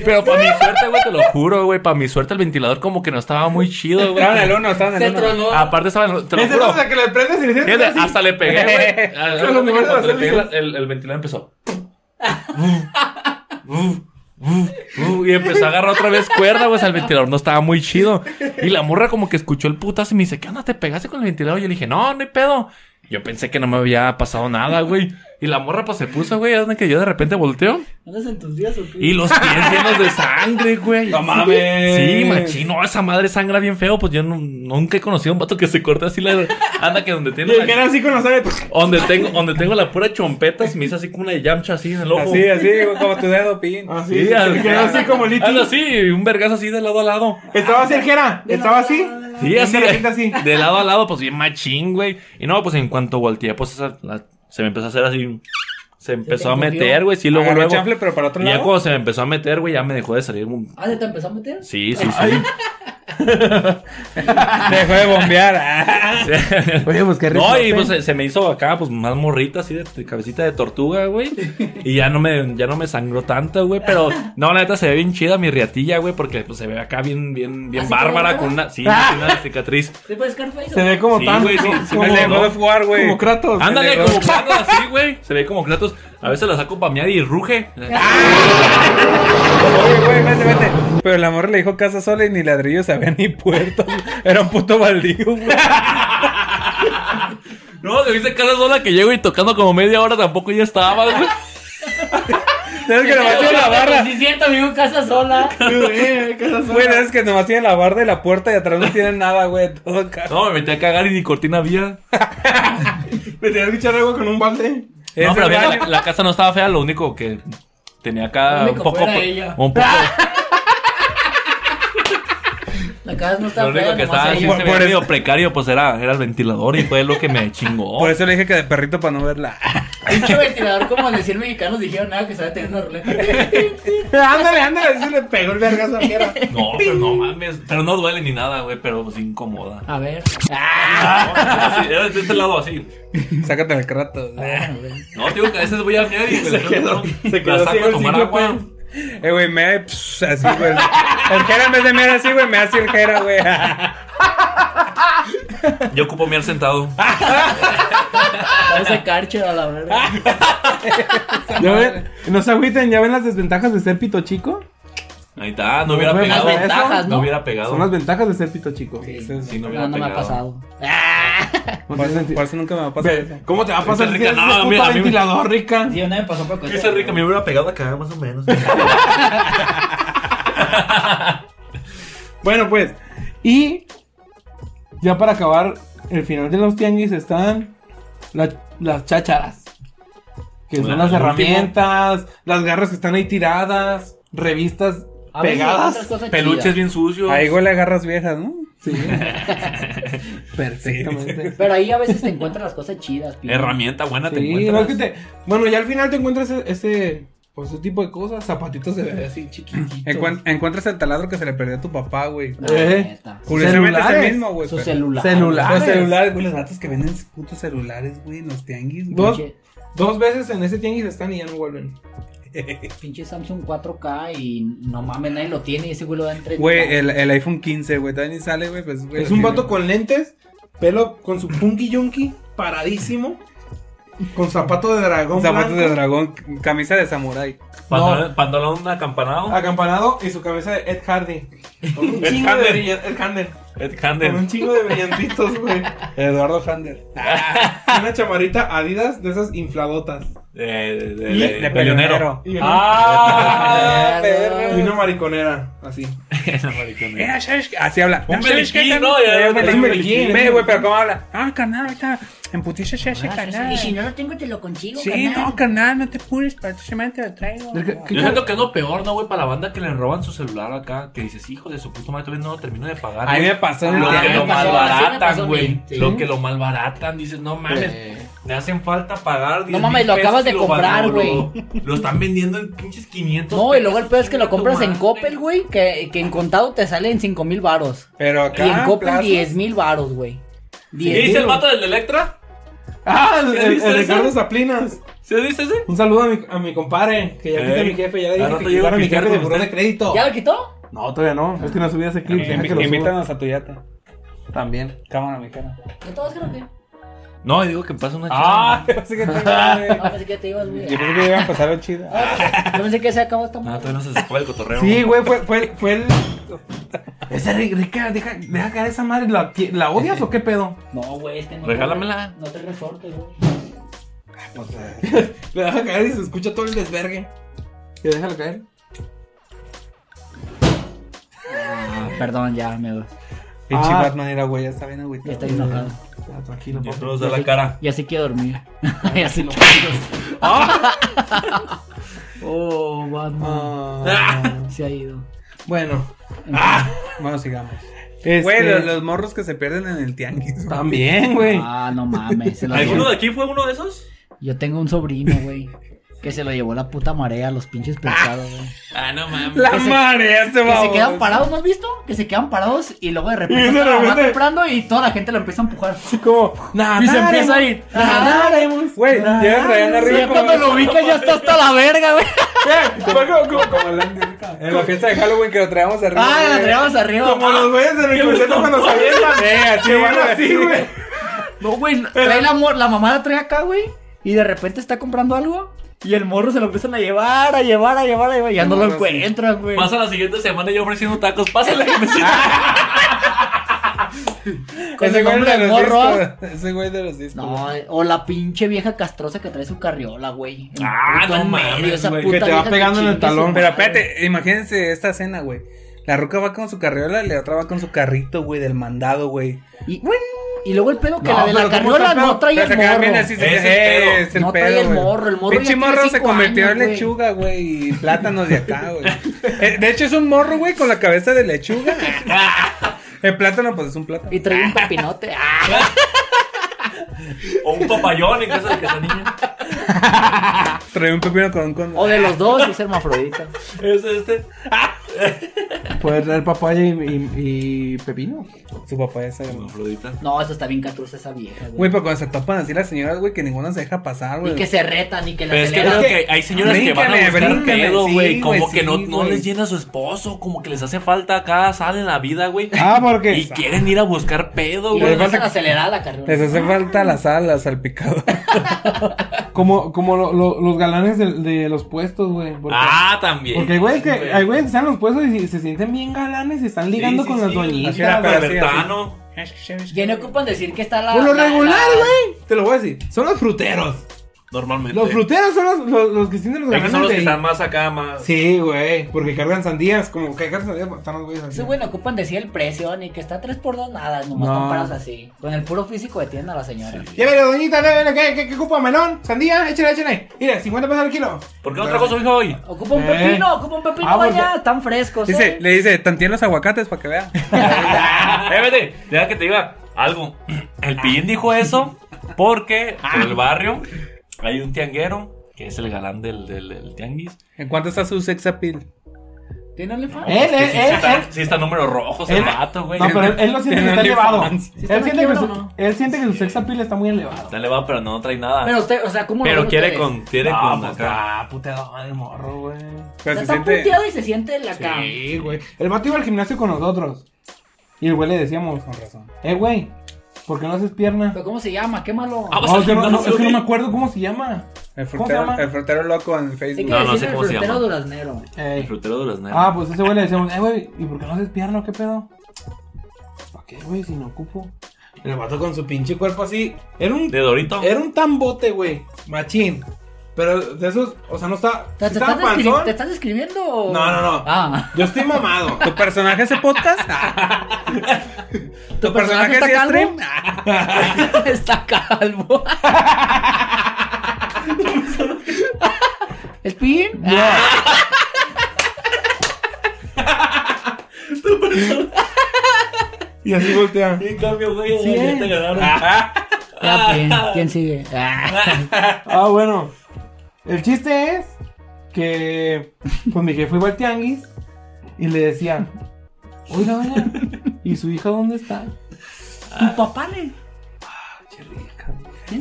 Speaker 4: Pero para mi suerte, güey, te lo juro, güey. Para mi suerte, el ventilador como que no estaba muy chido, güey.
Speaker 3: Estaban en el uno, estaban en
Speaker 5: Se
Speaker 3: el uno.
Speaker 5: tronó.
Speaker 4: Aparte, estaba. en- Te lo
Speaker 6: Esa es
Speaker 4: juro.
Speaker 6: la que le prendes y le
Speaker 4: Fíjate,
Speaker 6: dices.
Speaker 4: hasta le pegué, güey. Ah,
Speaker 6: Son los mejores
Speaker 4: cuando le
Speaker 6: de
Speaker 4: pegué,
Speaker 6: las
Speaker 4: el, el ventilador empezó. y empezó a agarrar otra vez cuerda, güey. o sea, El ventilador no estaba muy chido. Y la morra como que escuchó el putazo y me dice, ¿qué onda? ¿Te pegaste con el ventilador? Y yo le dije, no, no hay pedo. Yo pensé que no me había pasado nada, güey. Y la morra pues se puso, güey. Hasta que yo de repente volteo.
Speaker 5: ¿Andas en tus días o qué?
Speaker 4: Y los pies llenos de sangre, güey.
Speaker 6: No mames.
Speaker 4: Sí, machino, esa madre sangra bien feo. Pues yo nu- nunca he conocido a un vato que se corte así la. Anda que donde
Speaker 6: Y
Speaker 4: tiene.
Speaker 6: el
Speaker 4: la-
Speaker 6: que era así con pues. los aires.
Speaker 4: donde tengo, donde tengo la pura chompeta, se me hizo así como una yamcha así en el ojo.
Speaker 3: Así, así, güey, como tu dedo, pin.
Speaker 6: Así,
Speaker 4: Sí,
Speaker 6: se
Speaker 4: así.
Speaker 6: quedó así como Liti.
Speaker 4: Algo así, un vergazo así de lado a lado.
Speaker 6: Estaba así el Jera, estaba así.
Speaker 4: Sí,
Speaker 6: Y
Speaker 4: así.
Speaker 6: De repente así.
Speaker 4: De lado a lado, pues bien machín, güey. Y no, pues en cuanto volteé, pues esa- la- se me empezó a hacer así. Se empezó a meter, güey. Sí, luego,
Speaker 3: Agarré
Speaker 4: luego.
Speaker 3: chanfle, Ah, pero para otro
Speaker 4: Y ya
Speaker 3: lado.
Speaker 4: cuando se me empezó a meter, güey, ya me dejó de salir. un-
Speaker 5: Ah, ¿se te empezó a meter?
Speaker 4: Sí, sí, sí.
Speaker 3: Dejó de bombear. Ah.
Speaker 6: Oye, pues qué
Speaker 4: No, y pues se, se me hizo acá, pues más morrita, así de, de cabecita de tortuga, güey. Y ya no me, ya no me sangró tanto, güey. Pero no, la neta se ve bien chida mi riatilla, güey, porque pues, se ve acá bien, bien, bien
Speaker 5: ¿Así
Speaker 4: bárbara
Speaker 5: como
Speaker 4: con una, sí, tiene una cicatriz.
Speaker 5: ¿Sí puedes Scarface?
Speaker 6: Se ve como
Speaker 4: Sí,
Speaker 6: tan.
Speaker 4: güey, sí,
Speaker 6: como-
Speaker 4: sí
Speaker 3: Como
Speaker 4: me
Speaker 3: el de
Speaker 4: llegó.
Speaker 3: God of War, güey.
Speaker 6: Como Kratos.
Speaker 4: Ándale,
Speaker 3: le-
Speaker 4: como Kratos, así, güey. Se ve como Kratos. A veces la saco para mear y ruge.
Speaker 3: Oye, güey, vete, vete. Pero el amor le dijo casa sola y ni ladrillos había ni puertos. Era un puto baldío, güey.
Speaker 4: No, se dice cara sola que llego y tocando como media hora tampoco ya estaba, güey.
Speaker 3: Sabes que nomás tiene la barra.
Speaker 5: Sí, siento, amigo, casa sola.
Speaker 3: Güey, sabes que nomás tiene la barra y la puerta y atrás no tienen nada, güey. Todo acá.
Speaker 4: No, me metí a cagar y ni cortina había.
Speaker 6: Me tenías que echar agua con un balde.
Speaker 4: No,
Speaker 3: Ese
Speaker 4: pero mira,
Speaker 3: baño-
Speaker 4: la, la casa no estaba fea, lo único que tenía
Speaker 5: Lo
Speaker 4: acá un
Speaker 5: único
Speaker 4: poco,
Speaker 5: fuera
Speaker 4: pro-
Speaker 5: ella. Ah,
Speaker 4: un poco.
Speaker 5: La casa no está
Speaker 4: Lo único
Speaker 5: fea,
Speaker 4: que
Speaker 5: nomás
Speaker 4: estaba
Speaker 5: ahí.
Speaker 4: así
Speaker 3: Por-
Speaker 4: se
Speaker 3: por
Speaker 4: veía
Speaker 3: eso-
Speaker 4: medio precario, pues era, era el ventilador y fue lo que me chingó.
Speaker 3: Por eso le dije que de perrito para no verla.
Speaker 5: Pinche ventilador, como al decir mexicanos, dijeron nada que estaba teniendo una ruleta.
Speaker 6: Ándale, ándale, así le pegó el vergazo al Jera.
Speaker 4: No, pero no mames. Pero no duele ni nada, güey, pero pues incomoda.
Speaker 5: A ver.
Speaker 6: Ah.
Speaker 4: Así, era de este lado así.
Speaker 3: Sácate el crato.
Speaker 4: No, digo que a veces voy a mear y me la-
Speaker 6: se
Speaker 4: la
Speaker 6: quedó
Speaker 4: saco
Speaker 6: ciego
Speaker 4: a
Speaker 6: el
Speaker 4: tomar
Speaker 6: ciclo,
Speaker 4: agua.
Speaker 6: pues.
Speaker 3: Eh, güey, me da pss, así, güey. El jera en vez de mear así, güey, me hace el jera, güey.
Speaker 6: pues.
Speaker 4: Yo ocupo mear sentado.
Speaker 5: Parece carcho a la verga.
Speaker 3: Ah.
Speaker 6: Ya ven, no se agüiten, ya ven las desventajas de ser pito chico.
Speaker 4: Ahí está, ah, no hubiera
Speaker 6: Las
Speaker 4: pegado.
Speaker 5: ventajas,
Speaker 4: No
Speaker 5: ¿no?
Speaker 4: hubiera pegado.
Speaker 6: Son las ventajas de ser pito chico.
Speaker 4: Sí, no
Speaker 5: No,
Speaker 4: hubiera
Speaker 5: no me ha
Speaker 4: pegado.
Speaker 5: pasado.
Speaker 6: No
Speaker 3: Por
Speaker 6: te
Speaker 3: eso,
Speaker 6: senti-
Speaker 3: por eso nunca me va a pasar eso.
Speaker 6: Ve, ¿Cómo te va a pasar
Speaker 4: Rica,
Speaker 6: si
Speaker 4: no,
Speaker 6: no,
Speaker 4: a
Speaker 6: puto
Speaker 4: mí- a mí me-
Speaker 6: ventilador, rica?
Speaker 5: Sí, una vez pasó por
Speaker 4: Esa rica me hubiera pegado acá, más o menos.
Speaker 6: Bueno, pues, y ya para acabar, el final de los tianguis están la- las chácharas. Que son
Speaker 4: Bueno,
Speaker 6: las
Speaker 4: el
Speaker 6: herramientas, las garras que están ahí tiradas, revistas pegadas.
Speaker 4: Peluches bien sucios.
Speaker 3: Ahí, güey, le agarras viejas, ¿no?
Speaker 6: Sí,
Speaker 3: Perfecto.
Speaker 6: exactamente.
Speaker 5: Pero ahí a veces te encuentras las cosas chidas. pibe.
Speaker 4: Herramienta buena te
Speaker 6: Sí,
Speaker 4: encuentras.
Speaker 6: no, que te- bueno, ya al final te encuentras ese, ese, pues, ese tipo de cosas, zapatitos de bebé así chiquititos.
Speaker 3: Encuent- encuentras el taladro que se le perdió a tu papá, güey.
Speaker 5: No,
Speaker 6: Eh.
Speaker 5: neta.
Speaker 3: Curiosamente es el
Speaker 6: Celulares.
Speaker 3: mismo, güey.
Speaker 5: Su
Speaker 3: pero-
Speaker 5: celular.
Speaker 6: Celular.
Speaker 3: Los celulares, güey, los datos que venden putos celulares, güey, en los tianguis, güey.
Speaker 6: Dos,
Speaker 5: Pinche,
Speaker 6: dos veces en ese tianguis están y ya no vuelven.
Speaker 5: pinche Samsung 4K y no mames, nadie lo tiene y ese güey lo da en 30.
Speaker 3: Güey, el, el iPhone 15, güey, todavía ni sale, güey, pues, güey.
Speaker 6: es
Speaker 3: lo
Speaker 6: un
Speaker 3: tiene.
Speaker 6: vato con lentes, pelo con su punky yunky, paradísimo. Con zapato de dragón.
Speaker 3: Zapatos de
Speaker 6: blanco,
Speaker 3: dragón, camisa de samurái.
Speaker 4: Pantalón, pantalón acampanado.
Speaker 6: Ah, Acampanado y su cabeza de Ed Hardy. Con un
Speaker 4: Ed
Speaker 6: chingo de
Speaker 4: Hardy.
Speaker 6: brillan- Ed Hardy.
Speaker 4: Ed
Speaker 6: Con un
Speaker 4: Handel.
Speaker 6: chingo de brillantitos, güey.
Speaker 3: Eduardo Hander.
Speaker 6: Y Una chamarita Adidas de esas infladotas.
Speaker 4: De, eh, de, de-
Speaker 6: Y-
Speaker 4: de
Speaker 3: De peleonero.
Speaker 4: peleonero.
Speaker 6: Y una,
Speaker 3: ¡Ah!
Speaker 6: y
Speaker 3: perro.
Speaker 6: una mariconera, así.
Speaker 4: Esa mariconera.
Speaker 3: Mira, ¿sabes qué? Así habla.
Speaker 4: Un
Speaker 3: No, ¿sabes qué,
Speaker 4: berenjil,
Speaker 3: carnal?
Speaker 4: ¿no? Ya, ya,
Speaker 3: Eh,
Speaker 4: ya,
Speaker 3: güey,
Speaker 6: es un
Speaker 3: güey,
Speaker 6: berenjil.
Speaker 3: ve, güey, pero ¿cómo habla? Ah, carnal, ahorita en putiza se hace,
Speaker 7: Y
Speaker 5: Ah,
Speaker 3: carnal.
Speaker 7: si no lo tengo, te lo consigo,
Speaker 3: Sí,
Speaker 7: carnal.
Speaker 3: no, carnal, no te apures, para esta semana te lo traigo.
Speaker 4: Yo siento que es lo peor, ¿no, güey? Para la banda que le roban su celular acá, que dices, hijo de su puta madre, todavía no lo termino de pagar.
Speaker 3: A mí
Speaker 4: güey".
Speaker 3: me pasó en
Speaker 4: Lo
Speaker 5: Ah,
Speaker 4: que
Speaker 5: me
Speaker 4: lo
Speaker 5: pasó, así me pasó a
Speaker 4: malbaratan,
Speaker 5: mí.
Speaker 4: güey.
Speaker 5: Sí.
Speaker 4: Lo que lo malbaratan, dices, no mames, me hacen falta pagar. 10
Speaker 5: mames,
Speaker 4: mil
Speaker 5: lo acabas
Speaker 4: pesos
Speaker 5: de
Speaker 4: y lo
Speaker 5: comprar,
Speaker 4: valoro.
Speaker 5: güey.
Speaker 4: Lo están vendiendo en pinches 500.
Speaker 5: No, y
Speaker 4: pesos,
Speaker 5: luego el peor es que lo
Speaker 4: chinga tu
Speaker 5: compras en
Speaker 4: madre.
Speaker 5: Coppel, güey, que, que en contado te salen 5 mil varos.
Speaker 3: Pero
Speaker 4: Ah,
Speaker 5: Y
Speaker 3: acá.
Speaker 5: en Coppel
Speaker 3: plazas,
Speaker 5: 10 mil varos, güey.
Speaker 4: ¿Qué
Speaker 5: 10,000,
Speaker 4: dice el
Speaker 5: güey.
Speaker 4: vato del de Electra?
Speaker 6: Ah, el,
Speaker 4: ¿Sí has
Speaker 6: el-
Speaker 4: visto
Speaker 6: el
Speaker 4: eso?
Speaker 6: Ricardo Zaplinas.
Speaker 4: ¿Se dice ese?
Speaker 6: Un saludo a mi, a mi compadre, que ya quité a
Speaker 4: Ey.
Speaker 6: mi jefe, ya le
Speaker 4: Al
Speaker 6: dije
Speaker 4: rato
Speaker 6: que
Speaker 4: llega
Speaker 6: quitara a
Speaker 4: a
Speaker 6: mi
Speaker 4: pistear
Speaker 6: jefe de
Speaker 4: con
Speaker 6: buró de
Speaker 4: usted.
Speaker 6: crédito.
Speaker 5: ¿Ya lo quitó?
Speaker 6: No, todavía no. Es que no subí ese clip.
Speaker 3: eh,
Speaker 6: deja Ah, que
Speaker 3: invi-
Speaker 6: lo suba.
Speaker 3: Invítanos a tu yate.
Speaker 6: También.
Speaker 3: Cámara, mi cara.
Speaker 5: ¿Ya te vas, creo que? No,
Speaker 4: No, digo que pasa una
Speaker 3: Ah, yo pensé que te iba, güey.
Speaker 5: Ah, pensé que ya te ibas,
Speaker 3: Yo
Speaker 5: güey. Ah,
Speaker 3: pensé que iba a pasar lo chido.
Speaker 5: Yo pensé que se acabó esta
Speaker 4: No, Ah, todavía no se sacó el cotorreo.
Speaker 6: Sí, güey, fue, fue, fue el. Esa ri- rica, deja, deja caer esa madre. ¿La, ti- ¿La odias o qué pedo?
Speaker 5: No, güey, este no.
Speaker 4: Regálamela.
Speaker 5: No te resortes, güey.
Speaker 6: La deja caer y se escucha todo el desvergue. Que déjalo caer.
Speaker 5: Ah, perdón, ya, amigos.
Speaker 3: Pinche
Speaker 6: Ah.
Speaker 3: Batman era, güey, ya está bien
Speaker 5: Ya
Speaker 3: agüitado.
Speaker 4: Ah.
Speaker 5: estoy enojado.
Speaker 6: Ya, tranquilo,
Speaker 4: Ya
Speaker 6: papi.
Speaker 4: todos da la cara.
Speaker 5: Ya sí quiero dormir.
Speaker 4: Ah,
Speaker 5: ya sí quiero. Oh, Batman.
Speaker 6: Ah,
Speaker 5: Se ha ido.
Speaker 6: bueno,
Speaker 3: Bueno, sigamos.
Speaker 6: este,
Speaker 3: Güey, los, los morros que se pierden en el tianguis. güey.
Speaker 6: también, güey.
Speaker 5: Ah, no mames. Se lo
Speaker 4: ¿Alguno
Speaker 5: llevó-
Speaker 4: de aquí fue uno de esos?
Speaker 5: Yo tengo un sobrino, güey. Que se lo llevó la puta marea a los pinches pescados, güey.
Speaker 4: Ah, no mames.
Speaker 3: La
Speaker 5: Que se-
Speaker 3: madre, este
Speaker 5: Que se
Speaker 3: baboso.
Speaker 5: quedan parados, ¿no has visto? Que se quedan parados y luego de repente
Speaker 6: Y de
Speaker 5: se la va
Speaker 6: repente-
Speaker 5: comprando y toda la gente lo empieza a empujar.
Speaker 6: Así como, nada,
Speaker 5: Y se empieza a ir.
Speaker 6: Nadaremos.
Speaker 3: Güey, ya traían arriba
Speaker 5: Ya
Speaker 3: como,
Speaker 5: cuando lo ubicas ya está hasta la verga, güey.
Speaker 6: Eh, fue como- como- como la-
Speaker 3: en la fiesta de Halloween que lo traíamos arriba.
Speaker 5: Ah, la
Speaker 3: güey.
Speaker 5: traíamos arriba.
Speaker 6: como los güeyes de mi concierto cuando salían la
Speaker 3: Eh, así,
Speaker 6: Que van así, güey.
Speaker 5: No, güey, trae la, mor- la mamá la trae acá, güey. Y de repente está comprando algo. Y el morro se lo empiezan a llevar, a llevar, a llevar, a llevar. Ya no lo encuentran, güey.
Speaker 4: Pasa la siguiente semana yo ofreciendo tacos. Pásale que me siento.
Speaker 6: Ah.
Speaker 5: Con
Speaker 3: Ese
Speaker 5: el
Speaker 3: güey
Speaker 5: nombre
Speaker 3: de
Speaker 5: del
Speaker 3: los
Speaker 5: morro.
Speaker 3: discos. Ese güey de los discos.
Speaker 5: No, o la pinche vieja castrosa que trae su carriola, güey. En
Speaker 4: Ah,
Speaker 5: puto
Speaker 4: no mames, güey,
Speaker 6: que te va
Speaker 5: vieja
Speaker 6: pegando en el
Speaker 5: chingue
Speaker 6: talón.
Speaker 5: su
Speaker 3: Pero
Speaker 5: madre.
Speaker 3: espérate, imagínense esta escena, güey. La ruca va con su carriola y la otra va con su carrito, güey, del mandado, güey.
Speaker 5: Y, y luego el pedo que
Speaker 6: No,
Speaker 5: la de la
Speaker 6: pero ¿cómo
Speaker 5: carriola
Speaker 6: está
Speaker 5: no
Speaker 6: el pedo?
Speaker 5: trae
Speaker 3: Pero se
Speaker 5: el
Speaker 3: quedan bien
Speaker 5: morro.
Speaker 3: así, se
Speaker 4: Ese es el
Speaker 3: eh,
Speaker 4: pedo.
Speaker 3: es el
Speaker 5: No
Speaker 3: pedo,
Speaker 5: trae el
Speaker 3: güey.
Speaker 5: morro, el morro ya
Speaker 3: Pinche
Speaker 5: tiene
Speaker 3: morro se
Speaker 5: cinco
Speaker 3: convirtió
Speaker 5: años,
Speaker 3: en
Speaker 5: güey.
Speaker 3: lechuga, güey, y plátanos de acá, güey. Eh, De hecho, es un morro, güey, con la cabeza de lechuga. El plátano, pues es un plátano.
Speaker 5: Y trae un pepinote. Ah,
Speaker 4: O un papayón en casa de que esa niña.
Speaker 3: Trae un pepino con un condón.
Speaker 5: o de los dos, es hermafrodita.
Speaker 4: Es este.
Speaker 6: Ah. Puede traer papaya y, y- y pepino.
Speaker 3: Su papá ya sabe.
Speaker 4: Afrodita.
Speaker 5: No, eso está bien catrosa esa vieja,
Speaker 3: Güey,
Speaker 5: güey.
Speaker 3: pero cuando se topan así las señoras, güey, que ninguna se deja pasar,
Speaker 5: Y
Speaker 3: güey.
Speaker 5: que se retan y que la
Speaker 4: Pero es que
Speaker 5: celebran.
Speaker 4: creo que hay señoras que van a
Speaker 3: Bríncame,
Speaker 4: buscar
Speaker 3: bríncame,
Speaker 4: pedo,
Speaker 3: sí,
Speaker 4: güey. como
Speaker 3: güey,
Speaker 4: que no,
Speaker 3: sí,
Speaker 4: no
Speaker 3: güey.
Speaker 4: les llena su esposo, como que les hace falta acá, salen la vida, güey.
Speaker 6: Ah, porque.
Speaker 4: Y quieren ir a buscar pedo, güey.
Speaker 5: Y le
Speaker 3: luego-
Speaker 5: empiezan a acelerar la carriola.
Speaker 3: Les hace falta la sal, la salpicado.
Speaker 6: Como, como lo- lo- los galanes de, de los puestos, güey. Porque,
Speaker 4: Ah, también.
Speaker 6: porque hay güeyes que, hay güeyes que están en los puestos y se, se sienten bien galanes y están ligando
Speaker 4: sí,
Speaker 6: con las
Speaker 4: sí.
Speaker 3: Así era,
Speaker 6: doñitas.
Speaker 3: pero-
Speaker 6: güey.
Speaker 4: Albertano.
Speaker 5: Ya no ocupan decir que está la.
Speaker 6: Por lo
Speaker 5: la-
Speaker 4: Ah,
Speaker 6: regular,
Speaker 5: la-
Speaker 6: güey. Te lo voy a decir. Son los fruteros.
Speaker 4: Normalmente.
Speaker 6: Los fruteros son los, los, los que sienten los
Speaker 4: Aquí
Speaker 6: galanes.
Speaker 4: son los
Speaker 6: de
Speaker 4: que
Speaker 6: ahí.
Speaker 4: están más acá, más.
Speaker 6: Sí, güey. Porque cargan sandías. Como que cargan sandías, están los güeyes así.
Speaker 5: Esos güey no ocupan decir el precio ni que está 3x2, nada. Nomás
Speaker 6: No.
Speaker 5: están parados así. Con el puro físico de tienda la señora.
Speaker 6: Llévele, doñita, llévele, ¿qué, qué, qué ocupa? ¿Melón? ¿Sandía? Échale, échale. Mira, 50 pesos al kilo.
Speaker 4: ¿Por qué no trajo su hijo hoy?
Speaker 5: Ocupa un
Speaker 6: Eh.
Speaker 5: pepino, ocupa un pepino,
Speaker 6: Ah, porque-
Speaker 5: vaya. Están frescos.
Speaker 3: Dice,
Speaker 5: ¿eh?
Speaker 3: le dice, tantean los aguacates para que vean.
Speaker 4: eh, vete, deja que te diga algo. El pillín dijo eso porque en el barrio hay un tianguero que es el galán del, del, del tianguis.
Speaker 3: ¿En cuánto está su sex appeal?
Speaker 5: ¿Tiene OnlyFans?
Speaker 6: Él,
Speaker 4: Que
Speaker 6: él,
Speaker 4: sí, sí
Speaker 6: él,
Speaker 4: está,
Speaker 6: él.
Speaker 4: sí está número rojo ese
Speaker 6: Él-
Speaker 4: vato, güey.
Speaker 6: No, pero él, él no siente que está
Speaker 3: Tiene
Speaker 6: elevado.
Speaker 3: OnlyFans.
Speaker 5: ¿Está
Speaker 6: Él siente, que
Speaker 5: tranquilo
Speaker 6: su,
Speaker 5: o no?
Speaker 6: él siente que su sex appeal está muy elevado.
Speaker 4: Está elevado, pero no trae nada.
Speaker 5: Pero
Speaker 4: Pero,
Speaker 5: usted, o sea, ¿cómo lo ven
Speaker 4: quiere
Speaker 5: ustedes?
Speaker 4: con, quiere con acá.
Speaker 6: Ah, puteado de morro, güey.
Speaker 5: O
Speaker 3: Pero
Speaker 5: sea,
Speaker 3: se
Speaker 5: está
Speaker 3: siente.
Speaker 5: puteado y se siente la cama.
Speaker 6: Sí, güey. El vato iba al gimnasio con nosotros. Y el güey le decíamos,
Speaker 3: Con razón.
Speaker 6: eh, güey, ¿Por qué no haces pierna?
Speaker 5: ¿Pero ¿Cómo se llama? Quémalo.
Speaker 4: Ah, vas
Speaker 6: No,
Speaker 4: al
Speaker 6: es que no, no,
Speaker 4: gimnasio,
Speaker 6: es que no
Speaker 4: güey.
Speaker 6: me acuerdo cómo se llama.
Speaker 3: El
Speaker 6: ¿Cómo se
Speaker 3: frutero,
Speaker 6: llama?
Speaker 3: el frutero loco en
Speaker 5: Hay
Speaker 3: Facebook.
Speaker 5: que
Speaker 4: No, no
Speaker 5: decirle
Speaker 4: sé
Speaker 5: el
Speaker 4: cómo se
Speaker 5: frutero
Speaker 4: llama.
Speaker 5: duraznero, güey.
Speaker 4: El
Speaker 6: Ey.
Speaker 4: frutero de las negras.
Speaker 6: Ah, pues a ese güey le decíamos, eh, güey, ¿y por qué no haces pierna? ¿Qué pedo? ¿Para qué, güey, si no ocupo? El vato con su pinche cuerpo así. Era un,
Speaker 4: de Dorito.
Speaker 6: era un tambote, güey. Machín. Pero de esos, o sea, no está.
Speaker 5: ¿Te, te
Speaker 6: estaba
Speaker 5: estás descri-
Speaker 6: panzón.
Speaker 5: ¿Te estás describiendo? o-
Speaker 6: No, no, no.
Speaker 5: Ah.
Speaker 6: Yo estoy mamado.
Speaker 3: ¿Tu personaje hace podcast? Ah. ¿Tu personaje
Speaker 5: personaje está
Speaker 3: hacía stream?
Speaker 6: Ah.
Speaker 5: calvo? Está calvo. ¿El pin?
Speaker 6: Y así voltea.
Speaker 4: En cambio, güey,
Speaker 5: Sí, ya eh. te
Speaker 4: ganaron.
Speaker 5: Ah, Ya, pin. ¿Quién sigue? Ah.
Speaker 6: Ah, bueno. El chiste es que pues mi jefe fue al tianguis y le decía, oiga, doña, ¿y su hija dónde está?
Speaker 5: Tu papá le.
Speaker 6: Qué rica.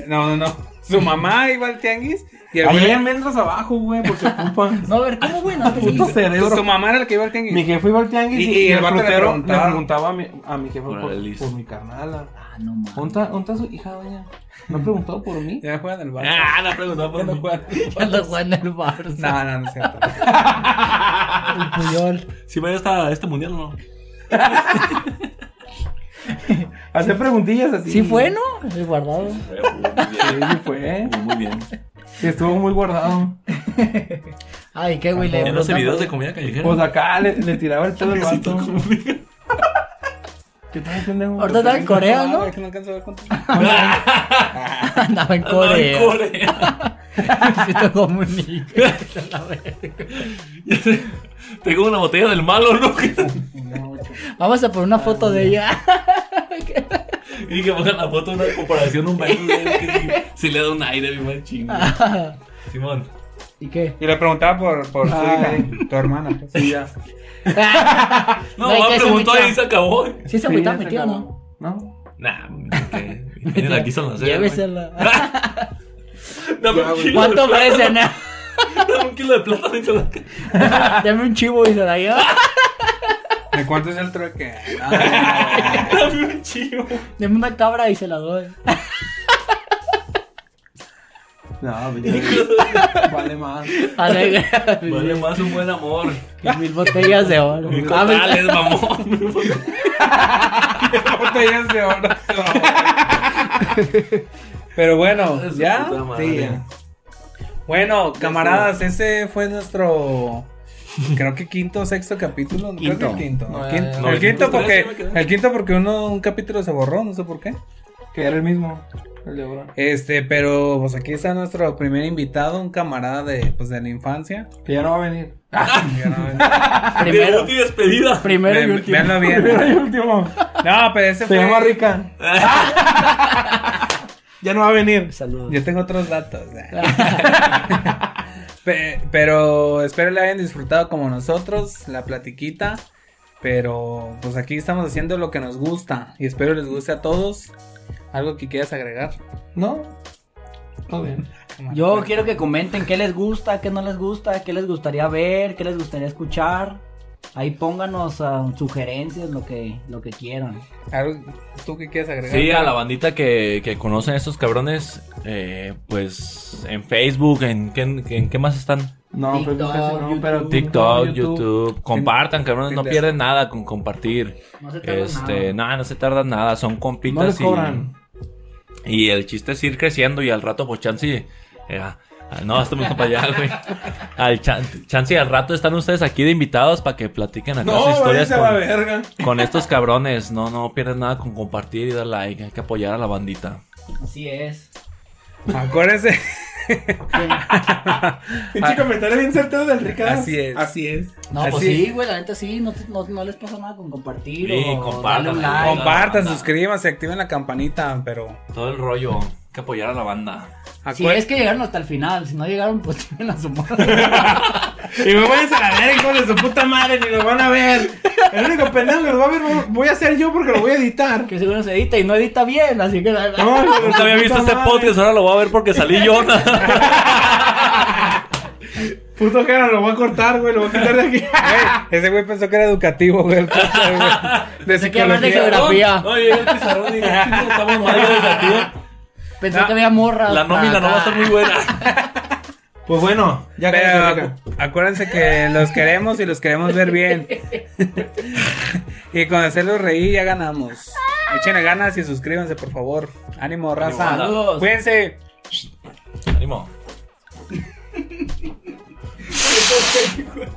Speaker 3: No, no, no. Su mamá iba al tianguis y el
Speaker 6: Ahí hay
Speaker 3: güey...
Speaker 6: almendras abajo, güey, porque ocupan.
Speaker 5: No, a ver, ¿cómo, güey? No, pues, te
Speaker 6: Puto
Speaker 5: sigue.
Speaker 6: cerebro.
Speaker 3: Su mamá era el que iba al
Speaker 6: Mi
Speaker 3: tianguis.
Speaker 6: jefe iba al tianguis
Speaker 3: Y-
Speaker 6: y,
Speaker 3: y
Speaker 6: y
Speaker 3: el
Speaker 6: el
Speaker 3: vato le
Speaker 6: frutero le
Speaker 3: preguntaba.
Speaker 6: preguntaba a mi, a mi jefe por,
Speaker 4: Órale, Liz.
Speaker 6: por mi carnala.
Speaker 5: Ah, no, mames.
Speaker 6: ¿Dónde está su hija, doña? ¿No ha preguntado por mí?
Speaker 3: Ya juega en el bar.
Speaker 4: Ah, la preguntaba por no jugar.
Speaker 5: Ya lo jugó en el bar.
Speaker 3: No, no, no es cierto.
Speaker 5: El Puyol.
Speaker 4: Si va a ir hasta este mundial o no.
Speaker 6: Hacer preguntillas así.
Speaker 5: Sí fue, ¿no? El guardado.
Speaker 6: Sí, sí fue.
Speaker 4: Muy bien.
Speaker 6: Sí, estuvo muy guardado.
Speaker 5: Ay, qué güey. le-
Speaker 4: Ya no hace
Speaker 5: los-
Speaker 4: videos de comida callejera.
Speaker 6: Pues acá le, le tiraba el pedo al
Speaker 4: Éxito
Speaker 6: vato.
Speaker 4: conmigo.
Speaker 6: ¿Qué tal, pendejo?
Speaker 5: Ahorita está en Corea,
Speaker 3: Ah,
Speaker 5: ¿no?
Speaker 3: güey, que no alcanzo a ver cuánto.
Speaker 5: Ah, Andaba en
Speaker 4: Ay,
Speaker 5: Corea.
Speaker 4: Corea.
Speaker 5: Sí te comunica.
Speaker 4: Ya sé. Tengo una botella del malo, ¿no?
Speaker 5: Vamos a poner una foto de ella.
Speaker 4: Y que pongan la foto de una comparación, un baile. güey, que Si si le da un aire, mi mal chingo. Simón.
Speaker 5: ¿Y qué?
Speaker 3: Y le preguntaba por, por su hija,
Speaker 6: Ay.
Speaker 3: tu hermana. pues.
Speaker 6: Sí, ya.
Speaker 4: No,
Speaker 5: Ay,
Speaker 4: va,
Speaker 5: que se
Speaker 4: preguntó
Speaker 5: metió.
Speaker 4: y se acabó.
Speaker 5: Sí, se
Speaker 6: Sí,
Speaker 5: agüita
Speaker 6: ya se
Speaker 5: metió, ¿no?
Speaker 6: acabó. No.
Speaker 4: Nah, pues, que. Miren, aquí son las seis. güey.
Speaker 5: Llévesela.
Speaker 4: Dame un kilo de
Speaker 5: ¿Cuánto
Speaker 4: plátano,
Speaker 5: ofrecen? eh?
Speaker 4: Dame un kilo de plátano y se la
Speaker 5: Dame un chivo y se la lleva.
Speaker 3: ¿De cuánto es el trueque? No,
Speaker 4: Dame un chivo.
Speaker 5: Dame una cabra y se la doy.
Speaker 6: No, ya. vale más.
Speaker 5: Alegre.
Speaker 4: Vale más un buen amor.
Speaker 5: Y mil botellas de oro.
Speaker 4: Mi
Speaker 5: Ah, me-
Speaker 4: cotales, mamón.
Speaker 3: botellas de oro. Pero bueno,
Speaker 4: Su
Speaker 3: ya.
Speaker 4: puta madre.
Speaker 3: Sí, ya. Bueno, camaradas, ese fue nuestro. Creo que quinto o sexto capítulo. Creo
Speaker 1: Quinto.
Speaker 3: que quinto.
Speaker 6: No,
Speaker 3: el
Speaker 6: ya,
Speaker 3: quinto,
Speaker 6: ya, ya.
Speaker 3: el quinto
Speaker 4: Sí, me
Speaker 3: porque,
Speaker 4: quedé.
Speaker 3: el quinto porque uno, un capítulo se borró, no sé por qué.
Speaker 6: Que era el mismo. El de ahora.
Speaker 3: Este, pero pues aquí está nuestro primer invitado, un camarada de, pues, de la infancia.
Speaker 6: Que ya no va a venir.
Speaker 3: Ya no-
Speaker 5: Primero,
Speaker 4: Debut y despedida.
Speaker 5: primero y
Speaker 3: Ve-
Speaker 5: último.
Speaker 3: Veanlo bien.
Speaker 6: Primero y último.
Speaker 3: No, pero ese
Speaker 6: Se
Speaker 3: fue.
Speaker 6: llama Rica. ya no va a venir.
Speaker 5: Saludos.
Speaker 3: Yo tengo otros datos. ¿eh?
Speaker 5: Ah.
Speaker 3: Pe- pero espero le hayan disfrutado como nosotros la platiquita. Pero pues aquí estamos haciendo lo que nos gusta y espero les guste a todos. Algo que quieras agregar.
Speaker 6: ¿No? Todo bien.
Speaker 5: Yo quiero que comenten qué les gusta, qué no les gusta, qué les gustaría ver, qué les gustaría escuchar. Ahí pónganos ah, sugerencias, lo que, lo que quieran.
Speaker 3: Algo- ¿Tú qué quieres agregar?
Speaker 4: Sí, a la bandita que, que conocen a estos cabrones, eh, pues en Facebook, en, qué- en qué más están?
Speaker 6: No,
Speaker 5: TikTok,
Speaker 6: pero casi no,
Speaker 5: YouTube.
Speaker 6: pero
Speaker 4: TikTok, YouTube, compartan, cabrones, no
Speaker 3: Tinder.
Speaker 4: pierden nada con compartir.
Speaker 5: No se tardan
Speaker 4: Este, nada, no se tardan nada, son
Speaker 6: No les
Speaker 4: compitas
Speaker 6: cobran.
Speaker 4: y, y el chiste es ir creciendo y al rato, pues chance, eh, ah, ah, no, hasta me para allá, güey. Al chan- chance y al rato están ustedes aquí de invitados para que platiquen acá sus historias
Speaker 6: Oh, váyanse a
Speaker 4: con,
Speaker 6: verga.
Speaker 4: con estos cabrones. No, no pierden nada con compartir y dar like, hay que apoyar a la bandita.
Speaker 5: Así es.
Speaker 3: Acuérdense.
Speaker 4: Ah.
Speaker 6: Pinche comentario bien certero del Ricardo.
Speaker 3: Así es.
Speaker 6: Así es.
Speaker 5: No, pues
Speaker 3: Así.
Speaker 5: sí, güey, la neta sí, no, te- no, no les pasa nada con compartir
Speaker 4: Sí,
Speaker 5: o
Speaker 4: compartan,
Speaker 5: darle un
Speaker 4: güey.
Speaker 5: like.
Speaker 3: Compartan,
Speaker 4: banda.
Speaker 3: suscríbanse, activen la campanita. Pero
Speaker 4: Todo el rollo, hay que apoyar a la banda.
Speaker 5: Si
Speaker 3: acuér-
Speaker 5: es que llegaron hasta el final, si no llegaron, pues tienen a su madre.
Speaker 6: Y me vayan a la ver, hijo de su puta madre, ni lo van a ver. El único pendejo que lo va a ver voy- voy a ser yo porque lo voy a editar.
Speaker 5: que seguro se edita y no edita bien, así que la-
Speaker 6: No, hijo de su
Speaker 4: Nunca había este
Speaker 6: puta
Speaker 4: visto este
Speaker 6: madre.
Speaker 4: podcast, ahora lo voy a ver porque salí yo.
Speaker 6: Puto cara, lo voy a cortar, güey, lo voy a quitar de aquí.
Speaker 3: Ese güey pensó que era educativo, güey. el puto, güey. De
Speaker 5: Pensé que iba a hablar de
Speaker 3: psicología.
Speaker 5: geografía.
Speaker 4: Oye, el pizarrón, digo, "Chico, estamos mal educativos".
Speaker 5: Pensé que había morras.
Speaker 4: La nómina no va a estar muy buena.
Speaker 6: Pues bueno, ya que
Speaker 3: Pero acu- acuérdense que los queremos y los queremos ver bien. y con hacerlos reír ya ganamos. Échenle ganas y suscríbanse, por favor. Ánimo, raza.
Speaker 4: banda.
Speaker 5: Saludos.
Speaker 3: Cuídense.
Speaker 4: Ánimo.